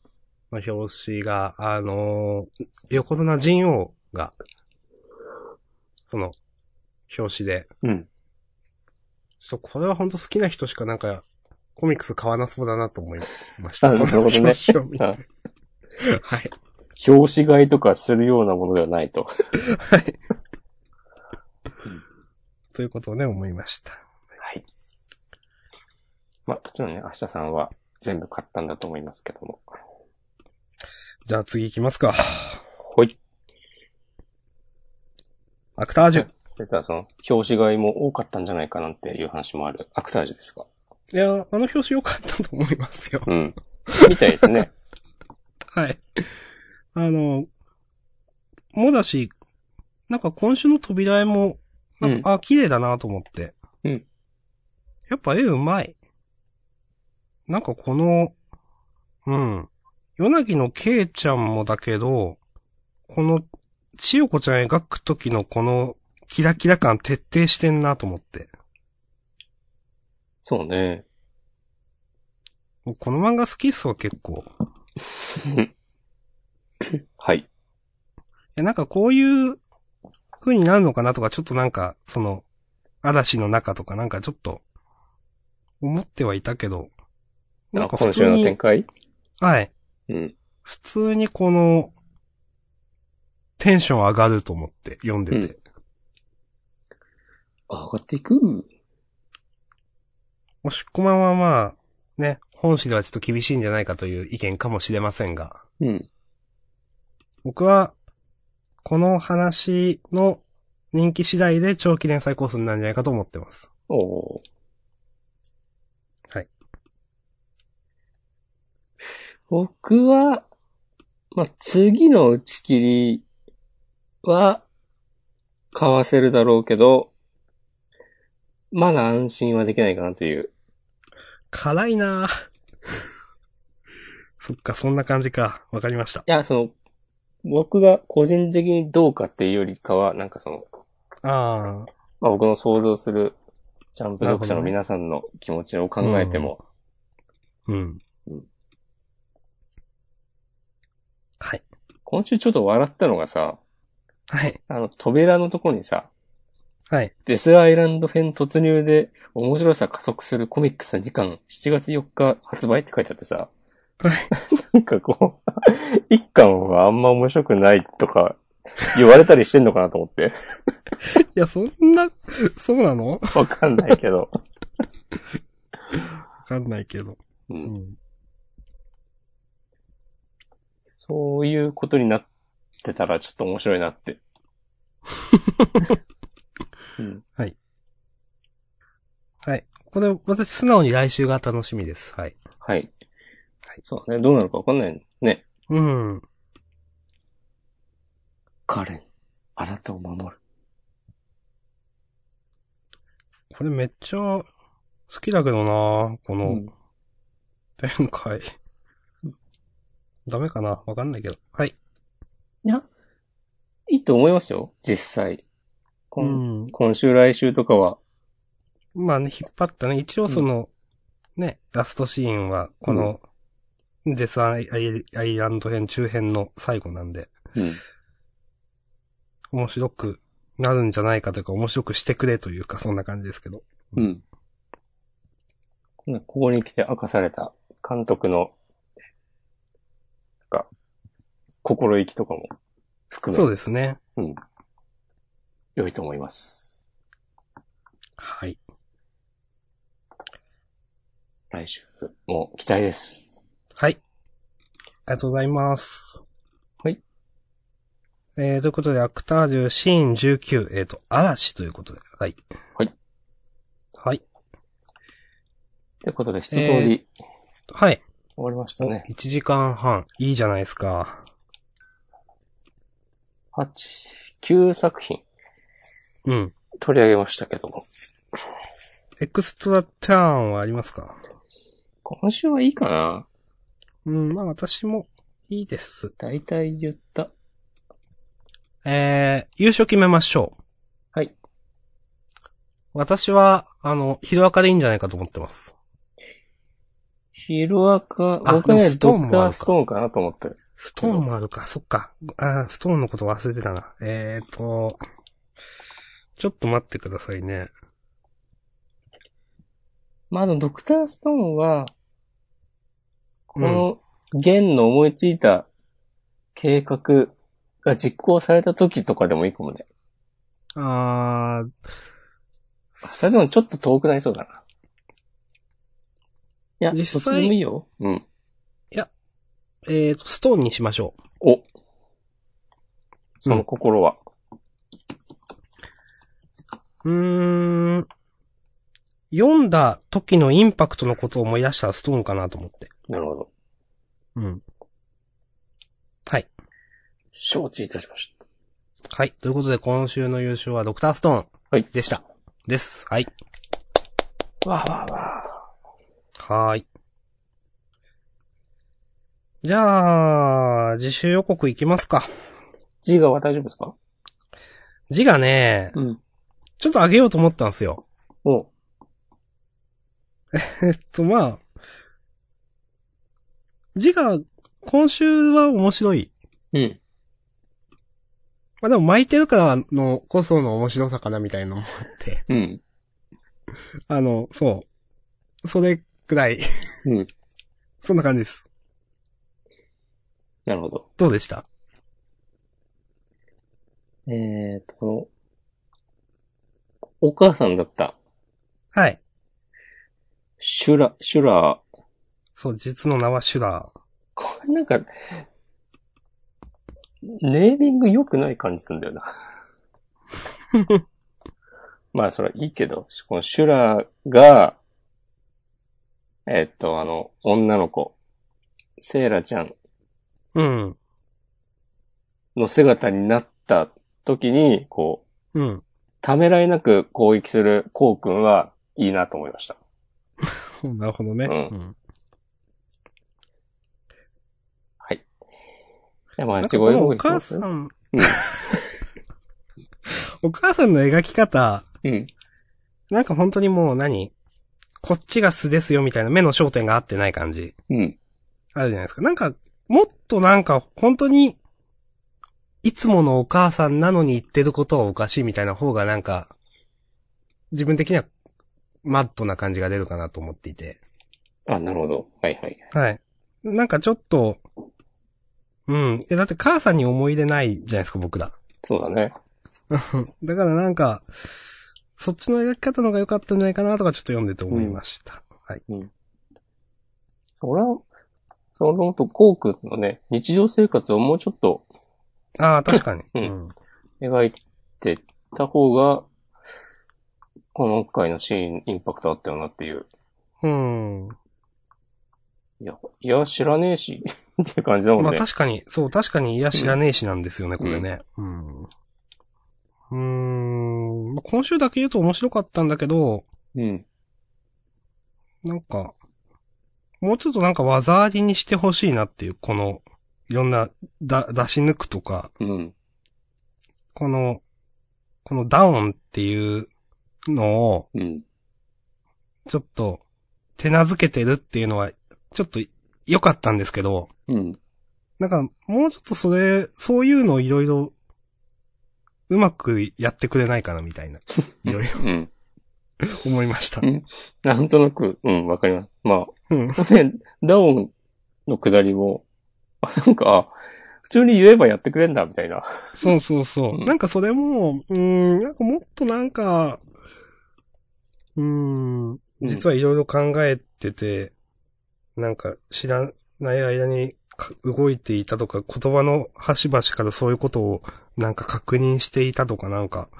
A: の表紙が、あのー横綱陣王が、その、表紙で、
B: うん。
A: ちょっとこれは本当好きな人しかなんか、コミックス買わなそうだなと思いまし
B: あ
A: た。
B: なるほどね
A: その表紙を見て。
B: あ
A: はい。
B: 表紙買いとかするようなものではないと。
A: ということをね、思いました。
B: はい。まあ、もちろんね、明日さんは全部買ったんだと思いますけども。
A: じゃあ次行きますか。
B: ほい。
A: アクタージュ。
B: それとはその、表紙買いも多かったんじゃないかなんていう話もある。アクタージュですか
A: いや、あの表紙良かったと思いますよ。
B: うん。みたいですね。
A: はい。あの、もだし、なんか今週の扉絵も、なんか、あ、綺麗だなと思って。
B: うん。
A: やっぱ絵うまい。なんかこの、うん。夜なぎのけいちゃんもだけど、この、千代子ちゃん描くときのこの、キラキラ感徹底してんなと思って。
B: そうね。
A: もうこの漫画好きっすわ、結構。
B: はい。
A: え、なんかこういう風になるのかなとか、ちょっとなんか、その、嵐の中とかなんかちょっと、思ってはいたけど、なん
B: あ
A: か
B: 今
A: 普
B: 週
A: 通
B: の
A: に
B: 展、開
A: はい、
B: うん。
A: 普通にこの、テンション上がると思って、読んでて。
B: 上がっていく。
A: おしっこまんはまあ、ね、本誌ではちょっと厳しいんじゃないかという意見かもしれませんが、
B: うん。
A: 僕は、この話の人気次第で長期連載コースになるんじゃないかと思ってます。
B: おー
A: はい。
B: 僕は、まあ、次の打ち切りは、買わせるだろうけど、まだ安心はできないかなという。
A: 辛いな ぁそっか、そんな感じか。わかりました。
B: いや、その、僕が個人的にどうかっていうよりかは、なんかその、
A: ああ、
B: まあ、僕の想像する、ジャンプ読者の皆さんの気持ちを考えても、
A: うん。
B: うん
A: はい。
B: 今週ちょっと笑ったのがさ、
A: はい。
B: あの、扉のところにさ、
A: はい。
B: デスアイランド編突入で面白さ加速するコミックス2巻7月4日発売って書いてあってさ。
A: はい
B: なんかこう、1巻はあんま面白くないとか言われたりしてんのかなと思って。
A: いや、そんな、そうなのわ
B: わかんないけど。
A: かんないけど。
B: う
A: うんん。
B: そういうことになってたらちょっと面白いなって。 うん、
A: はい。これ、私、素直に来週が楽しみです。はい。
B: はい。そうだね。どうなるかわかんないね。
A: うん。
B: カレン、あなたを守る。
A: これめっちゃ、好きだけどなこ
B: う
A: の
B: ん、
A: 展開。ダメかなわかんないけど。はい。
B: いや、いいと思いますよ。実際。こん
A: ん。
B: 今週来週とかは、
A: まあね、引っ張ったね。一応その、ね、ラストシーンは、この、デスアイアイランド編中編の最後なんで、面白くなるんじゃないかというか、面白くしてくれというか、そんな感じですけど。
B: うん。ここに来て明かされた監督の、なんか、心意気とかも含め
A: そうですね。
B: 良いと思います。
A: はい。
B: 来週も期待です。
A: はい。ありがとうございます。
B: はい。
A: えー、ということで、アクタージュシーン19、えっ、と、嵐ということで、はい。
B: はい。
A: はい。
B: ということで、一通
A: えー
B: り
A: はい。
B: 終わりましたね。
A: 1時間半。いいじゃないですか。
B: 八9作品
A: うん。
B: 取り上げましたけども。
A: エクストラターンはありますか
B: 今週はいいかな
A: うん、まあ私もいいです。
B: だいたい言った。
A: えー、優勝決めましょう。
B: はい。
A: 私は、あの、ヒロアカでいいんじゃないかと思ってます。
B: ヒルアカ、
A: あ
B: 僕ね
A: でも、ストー
B: ド
A: ン
B: ク
A: もある
B: ター
A: か
B: ストーンかなと思ってる。
A: ストーンもあるか、そっか。あーストーンのこと忘れてたな。えーと、ちょっと待ってくださいね。
B: まあ、でもドクターストーンは、この、弦の思いついた計画が実行された時とかでもいいかもね。
A: あー、
B: それでもちょっと遠くなりそうだな。いや、
A: 実際
B: どっちでもいいよ。うん。
A: えーと、ストーンにしましょう。
B: お。その心は。
A: うーん。読んだ時のインパクトのことを思い出したらストーンかなと思って。
B: なるほど。
A: うん。はい。
B: 承知いたしました。
A: はい。ということで、今週の優勝はドクターストーン。
B: はい
A: でした。です。はい。
B: わあわあわあ。
A: はーい。じゃあ、自主予告いきますか。
B: 字がは大丈夫ですか
A: 字がね、
B: うん。
A: ちょっと上げようと思ったんですよ。
B: おう
A: えっと、まあ。字が、今週は面白い。
B: うん。
A: まあでも巻いてるからの、こその面白さかなみたいなのも あって。
B: うん。
A: あの、そう。それくらい。
B: うん。
A: そんな感じです。
B: なるほど。
A: どうでした
B: えーと、この、お母さんだった、
A: はい。
B: シュラ、シュラー、
A: そう、実の名はシュラー。
B: これなんか、ネーミング良くない感じするんだ よな。まあ、それはいいけど、このシュラが、えっと、あの、女の子、セイラちゃん
A: うん。
B: の姿になった時に、こう、
A: うん。
B: ためらいなく攻撃するコウ君はいいなと思いました。
A: なるほどね。
B: うん
A: ん。
B: はい。でま
A: な
B: あ、
A: ん
B: い
A: か
B: ち
A: こ
B: ご
A: の
B: 用
A: お
B: 意しま
A: 母
B: す
A: さん
B: うん、
A: お母さんの描き方、
B: うん。
A: なんか本当にもう何こっちが素ですよみたいな目の焦点が合ってない感じ。
B: うん。
A: あるじゃないですか。なんか、もっとなんか本当に、いつものお母さんなのに言ってることはおかしいみたいな方がなんか、自分的にはマッドな感じが出るかなと思っていて。
B: あ、なるほど。はいはい。
A: はい。なんかちょっと、うん。え、だって母さんに思い入れないじゃないですか、僕ら。
B: そうだね。
A: だからなんか、そっちの描き方の方が良かったんじゃないかなとかちょっと読んでて思いました。はい。
B: 俺は、そのと、コークのね、日常生活をもうちょっと
A: ああ、確かに。
B: うん描いてた方が、この回のシーン、インパクトあったよなっていう。
A: うん。うん。
B: いや、いや、知らねえし、 っていう感じだもん
A: ま
B: ね。
A: あ確かに、そう、確かに、いや、知らねえしなんですよね、これね。うん。うーん。まあ今週だけ言うと面白かったんだけど、
B: うん。
A: なんか、もうちょっとなんか技ありにしてほしいなっていう、この、いろんな、だ、出し抜くとか、
B: うん。
A: この、このダウンっていうのを、
B: うん。
A: ちょっと、手なずけてるっていうのは、ちょっと良かったんですけど、
B: うん。
A: なんか、もうちょっとそれ、そういうのをいろいろ、うまくやってくれないかな、みたいな。いろいろ
B: うん。
A: 思いました。
B: なんとなく、うん、わかります。ま
A: うん。
B: あ、ね、ダオンの下りも、 あ、なんか、あ普通に言えばやってくれんだ、みたいな。
A: そうそうそうう。
B: ん
A: なんかそれも、うーん、なんかもっとなんか、うーん、実はいろいろ考えてて、なんか知らない間にか動いていたとか、言葉の端々からそういうことをなんか確認していたとかなんか、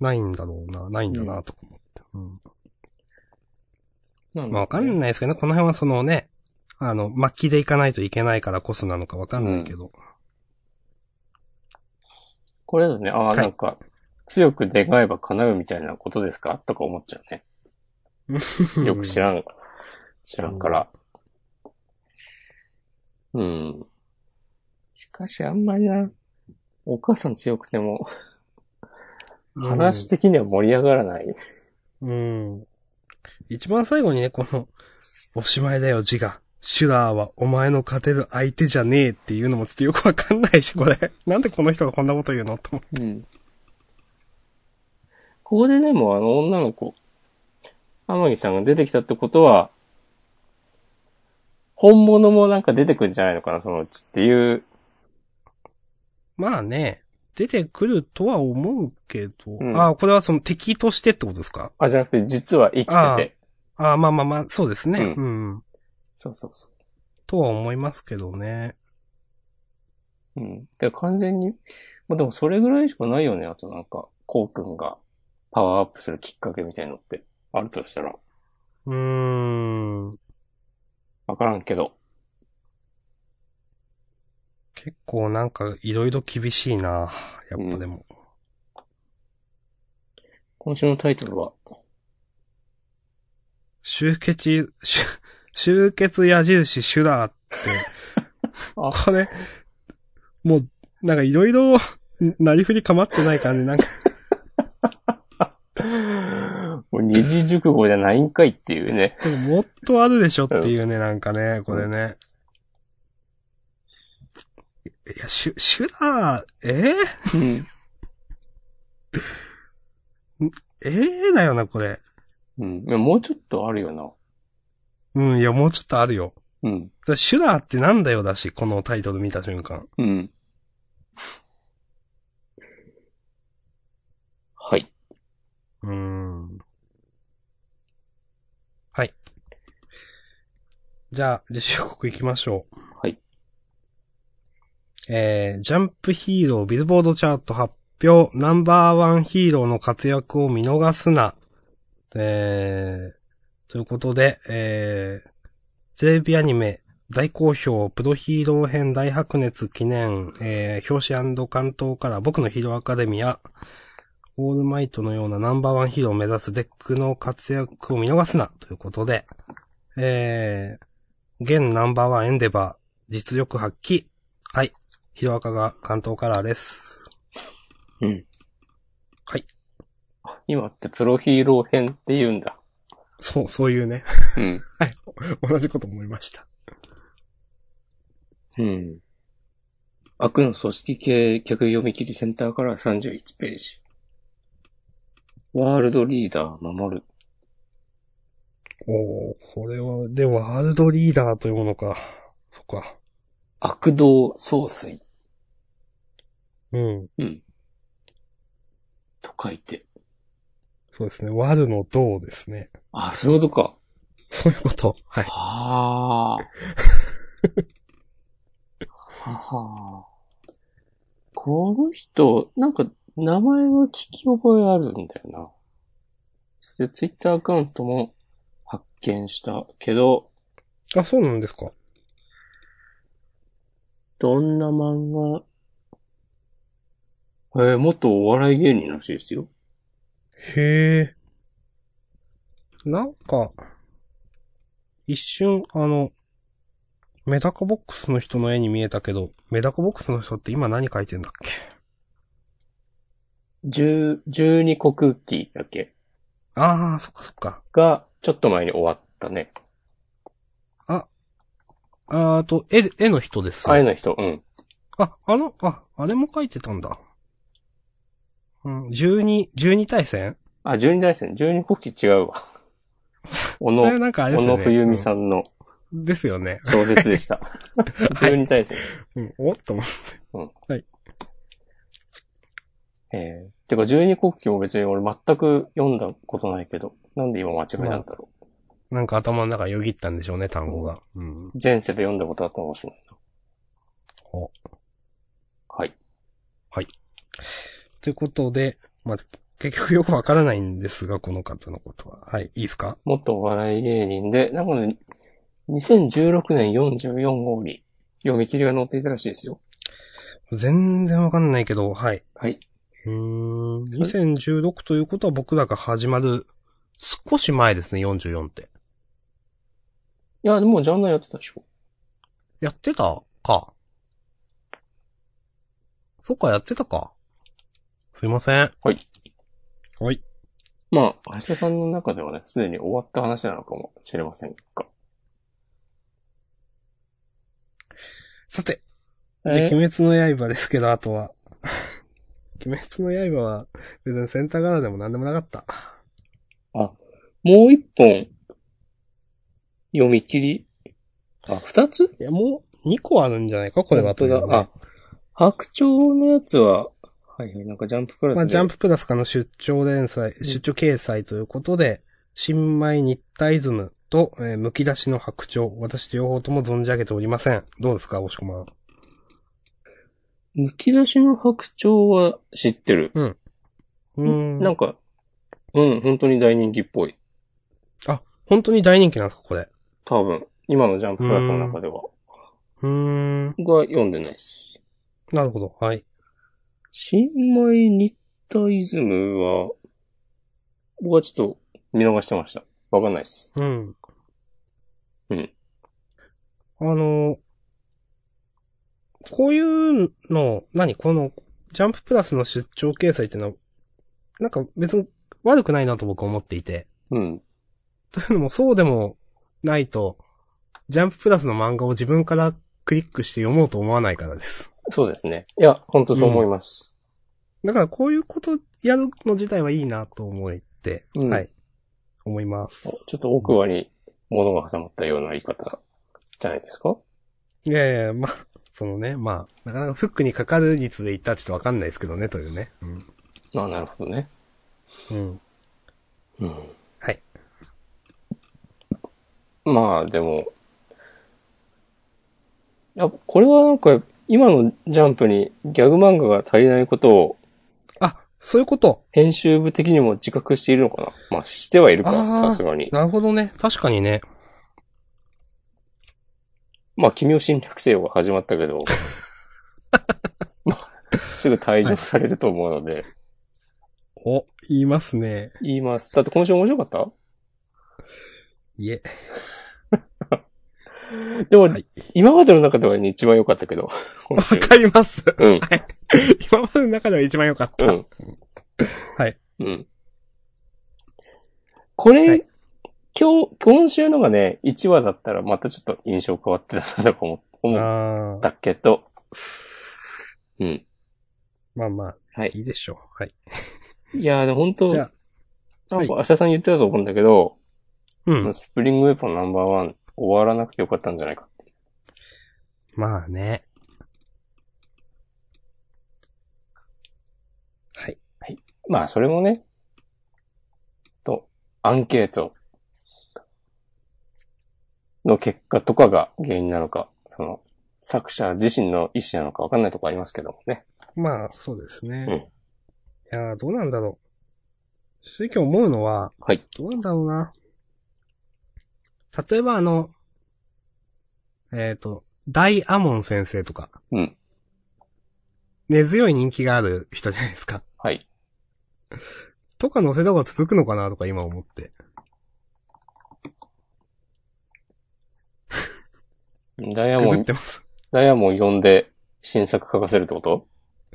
A: ないんだろうな、ないんだな、とか思って。うん
B: うん。
A: まあわかんないですけどね、この辺はそのね、あの、末期でいかないといけないからこそなのかわかんないけど。
B: これだね、あ
A: は
B: あ、
A: い
B: なんか、強く願えば叶うみたいなことですかとか思っちゃうね。 よく知らん、知らんから。うん。しかし、あんまりな、お母さん強くても、
A: うん
B: 話的には盛り上がらない。
A: うん。一番最後にね、この、おしまいだよ、字が。シュラーはお前の勝てる相手じゃねえっていうのもちょっとよくわかんないし、これ。 なんでこの人がこんなこと言うのと思って。
B: うん。ここででもあの女の子、天木さんが出てきたってことは、本物もなんか出てくるんじゃないのかな、そのうちっていう。
A: まあね、出てくるとは思うけど。
B: うん
A: ああ、これはその敵としてってことですか
B: あ、じゃなくて実は生きてて。
A: ああ、まあまあまあ、そうですね。
B: う
A: うん。
B: そうそうそ
A: とは思いますけどね。
B: う。うん。で完全に、まあでもそれぐらいしかないよね、あとなんか、こうくんがパワーアップするきっかけみたいのってあるとしたら、
A: うーん。
B: わからんけど。
A: 結構なんか、いろいろ厳しいな。やっぱでも。
B: 今週のタイトル は、
A: 集結、集集結矢印シュ ラーって、
B: あ
A: これ、もう、なんかいろいろ、なりふり構ってない感じ、なんか、
B: もう二次熟語じゃないんかいっていうね。
A: でももっとあるでしょっていうね、なんかね、これね。いや、シュ、シュラー、えー、えー、だよな、これ。
B: うん。いやもうちょっとあるよな。
A: うん、いや、もうちょっとあるよ。
B: うん。
A: だからシュラーってなんだよだし、このタイトル見た瞬間。
B: うん。はい。
A: うーん。はい。じゃあ、次週国行きましょう。
B: はい。
A: えー、ジャンプヒーロービルボードチャート発表、ナンバーワンヒーローの活躍を見逃すな。えー、ということで、えー、テレビアニメ、大好評、プロヒーロー編大白熱記念、えー、表紙関東から僕のヒーローアカデミア、オールマイトのようなナンバーワンヒーローを目指すデックの活躍を見逃すなということで、えー、現ナンバーワンエンデバー、実力発揮。はい。ヒロアカが関東カラーです。
B: うん。
A: はい。
B: あ今ってプロヒーロー編って言うんだ。
A: そう、そういうね。
B: うん。
A: 同じこと思いました。
B: うん。悪の組織系客読み切りセンターから31ページ。ワールドリーダー守る。
A: おー、これは、でも、ワールドリーダーというものか。そっか。
B: 悪道総帥
A: うん。
B: と書いて。
A: そうですね。ワルの銅ですね。
B: あ、そういうことか。
A: そういうこと。はい。
B: はあ。 はあ。この人、なんか、名前は聞き覚えあるんだよな。そしてツイッターアカウントも発見したけど、
A: あ、そうなんですか。
B: どんな漫画えー、元お笑い芸人らしいですよ。
A: へえ。なんか、一瞬、あの、メダカボックスの人の絵に見えたけど、メダカボックスの人って今何描いてんだっけ
B: 十、十二国旗だけ
A: あー、そっかそっか。
B: が、ちょっと前に終わったね。
A: あーと、絵、絵の人です。
B: あれの人、うん。
A: あ、あの、あ、あれも描いてたんだ。うん、12、12対戦
B: あ、十二大戦、十二国旗違うわ。小
A: それ
B: 野、
A: なんかあれで
B: 小
A: すよ
B: 野
A: ね。
B: 冬美さんの
A: うんですよね。
B: 小説でした。 十二大戦。
A: うん、おっと思っ
B: えー、てか十二国旗も別に俺全く読んだことないけど、なんで今間違えたんだろ
A: て。なんか頭の中よぎったんでしょうね、単語が。うん。
B: う。前世で読んだことあったかもしれないな。
A: お
B: はい。
A: ということで、まあ、結局よくわからないんですが、この方のことは。はい、いいですか
B: 元お笑い芸人で、なんかね、2016年44号に読み切りが載っていたらしいですよ。
A: 全然わかんないけど、はい。
B: はい。
A: うーん、2016ということは僕らが始まる少し前ですね、44って。
B: いや、でもジャンナやってたでしょ。
A: やってたか。そっか、やってたか。すいません。
B: はい。
A: はい。
B: まあ、橋田さんの中ではね、すでに終わった話なのかもしれませんが。
A: さて、じゃあ、鬼滅の刃ですけど、あとは。鬼滅の刃は、別にセンター柄でもなんでもなかった。
B: もう一本、読み切りあ、二つ
A: いや、もう、2個あるんじゃないかこれはと
B: 本
A: いうね、
B: 当だ。あ、白鳥のやつは、はいはい、なんかジャンププラスで。
A: まあ、ジャンププラスからの出張連載、出張掲載ということで、新米日体イズムと、えー、剥き出しの白鳥、私両方とも存じ上げておりません。どうですか、おしこまん。
B: むき出しの白鳥は知ってる。
A: うーん。
B: なんか、うん、本当に大人気っぽい。
A: 本当に大人気なんですか、これ。
B: 多分。今のジャンププラスの中では。
A: うーん。
B: 僕は読んでないし。
A: なるほど。はい。
B: 新米ニッタイズムは、僕はちょっと見逃してました。わかんないです。
A: うん。
B: うん。
A: あの、こういうの、何この、ジャンププラスの出張掲載っていうのは、なんか別に悪くないなと僕は思っていて。
B: うん。
A: というのもそうでもないと、ジャンププラスの漫画を自分からクリックして読もうと思わないからです。
B: そうですね。いや、本当そう思います。
A: だからこういうことやるの自体はいいなと思って、
B: うん
A: はい。思います。
B: ちょっと奥歯に物が挟まったような言い方じゃないですか
A: いやいや、まあ、そのね、まあ、なかなかフックにかかる率で言ったらちょっとわかんないですけどね、というね。うん。
B: あなるほどね。
A: うん。
B: うん。
A: はい。
B: まあ、でも、いや、これはなんか、今のジャンプにギャグ漫画が足りないことを
A: あ、そういうこと。
B: 編集部的にも自覚しているのかなまあ、してはいるか、
A: あー
B: さすがに。
A: なるほどね。確かにね。
B: まあ、君を侵略せよが始まった けど、まあすぐ退場されると思う ので、
A: お、言いますね。
B: 言います。だって今週面白かった
A: いえ。
B: でも、
A: はい
B: 今までの中では一番良かっ たけど。今
A: わ
B: 週
A: かります。
B: うん。
A: 今までの中では一番良かった。
B: うん。
A: はい。
B: うん。これ、
A: はい
B: 今日、今週のがね、1話だったらまたちょっと印象変わってたなとか思思っ
A: ああ、
B: たけど、うん。
A: まあまあ、
B: はい
A: いいでしょう。はい。
B: いやーで、本当
A: じ
B: な
A: ゃ
B: ん
A: あ
B: か、明日さん言ってたと思うんだけど、
A: うん。
B: スプリングウェポンナンバーワン終わらなくてよかったんじゃないかっていう
A: まあね。はい。
B: まあ、それもね、と、アンケートの結果とかが原因なのか、その、作者自身の意思なのかわかんないとこありますけどもね。
A: まあ、そうですね。
B: うん
A: いやーどうなんだろう。正直思うのは、
B: はい。
A: どうなんだろうな。例えばあの、えっ、と、ダイアモン先生とか、
B: うん。
A: 根強い人気がある人じゃないですか。
B: はい。
A: とかのせた方が続くのかなとか今思って。
B: ダイヤ
A: グ
B: モ
A: グっ
B: ン
A: て、ます。
B: ダイヤモン呼んで新作書かせるってこと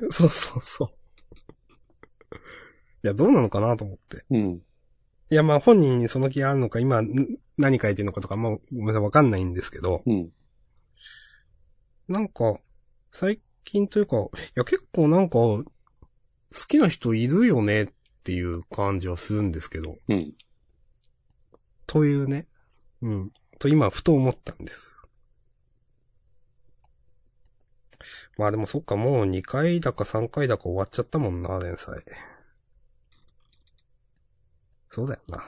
A: そうそうそう。いや、どうなのかなと思って。
B: うん。
A: いや、まあ本人にその気があるのか、今、ん何書いてるのかとか、まあ、ごめんなさいわかんないんですけど、
B: うん。
A: なんか、最近というか、いや、結構なんか、好きな人いるよねっていう感じはするんですけど、
B: うん。
A: というね。うん。と今、ふと思ったんです。まあでもそっか、もう2回だか3回だか終わっちゃったもんな、連載。そうだよな。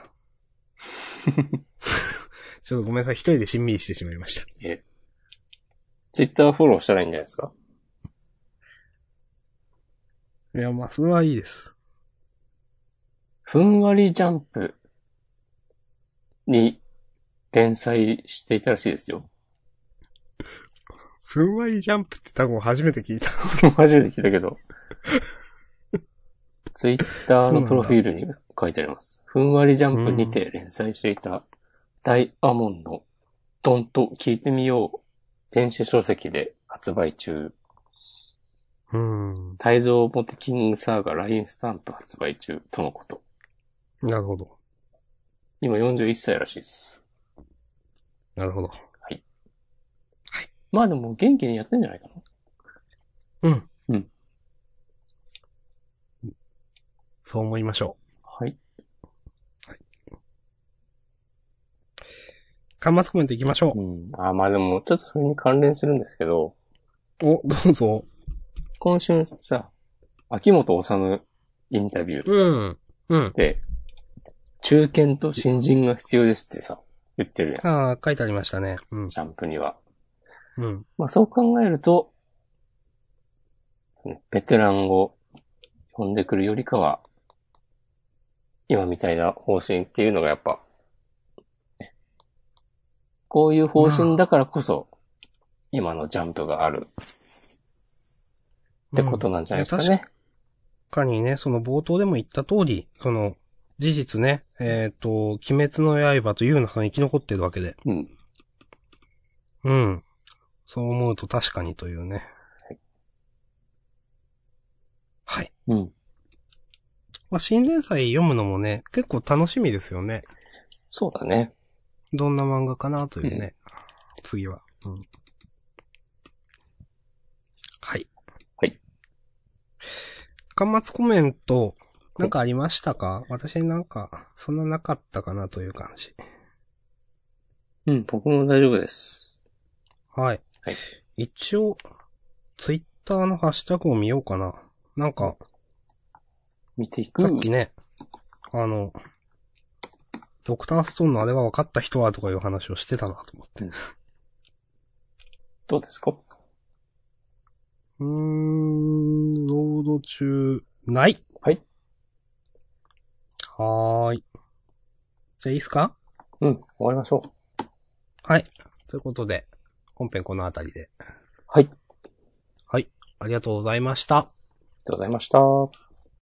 A: ちょっとごめんなさい、一人でしんみりしてしまいました。
B: え。ツイッターフォローしたらいいんじゃないですか
A: いや、まあ、それはいいです。
B: ふんわりジャンプに連載していたらしいですよ。
A: ふんわりジャンプって単語初めて聞いた。
B: 初めて聞いたけど。ツイッターのプロフィールに書いてあります。ふんわりジャンプにて連載していたダイアモンのドンと聞いてみよう。電子書籍で発売中。
A: うん。
B: 泰造モテキングサーガ LINE スタンプ発売中とのこと。
A: なるほど。
B: 今41歳らしいです。
A: なるほど。
B: まあでも元気にやってんじゃないか
A: う
B: な。
A: ん。
B: うん。
A: そう思いましょ
B: はい。
A: う。端末コメント行きましょ
B: うん。あ、まあでもちょっとそれに関連するんですけど、
A: う。お、どうぞ。
B: 今週のさ、秋元治インタビュー
A: うん。うん。
B: で、中堅と新人が必要ですってさ、言ってるやん。
A: ああ、書いてありましたね。うん。
B: ジャンプには。
A: うん。
B: まあそう考えると、そのベテランを呼んでくるよりかは、今みたいな方針っていうのがやっぱ、ねこういう方針だからこそ、今のジャンプがあるってことなんじゃないですか
A: うんいや
B: ね。
A: 確かにね、その冒頭でも言った通り、その、事実ね、えっ、と、鬼滅の刃というのが生き残ってるわけで。
B: うん。
A: うん。そう思うと確かにというね。
B: はい。
A: はい。
B: うん。
A: まあ、新連載読むのもね、結構楽しみですよね。
B: そうだね。
A: どんな漫画かなというね。次は。うん。はい。
B: はい。
A: 端末コメント、なんかありましたか私なんか、そんななかったかなという感じ。
B: うん、僕も大丈夫です。
A: はい。
B: はい
A: 一応、ツイッターのハッシュタグを見ようかな。なんか、
B: 見ていく
A: さっきね、あの、ドクターストーンのあれが分かった人はとかいう話をしてたなと思って。
B: どうですか
A: うーん、ロード中、ない。
B: はい。
A: はーい。じゃあいいっすか
B: うん、終わりましょう。
A: はい。ということで、本編このあたりで。
B: はい。ありが
A: ありがとうございました。
B: とうございました。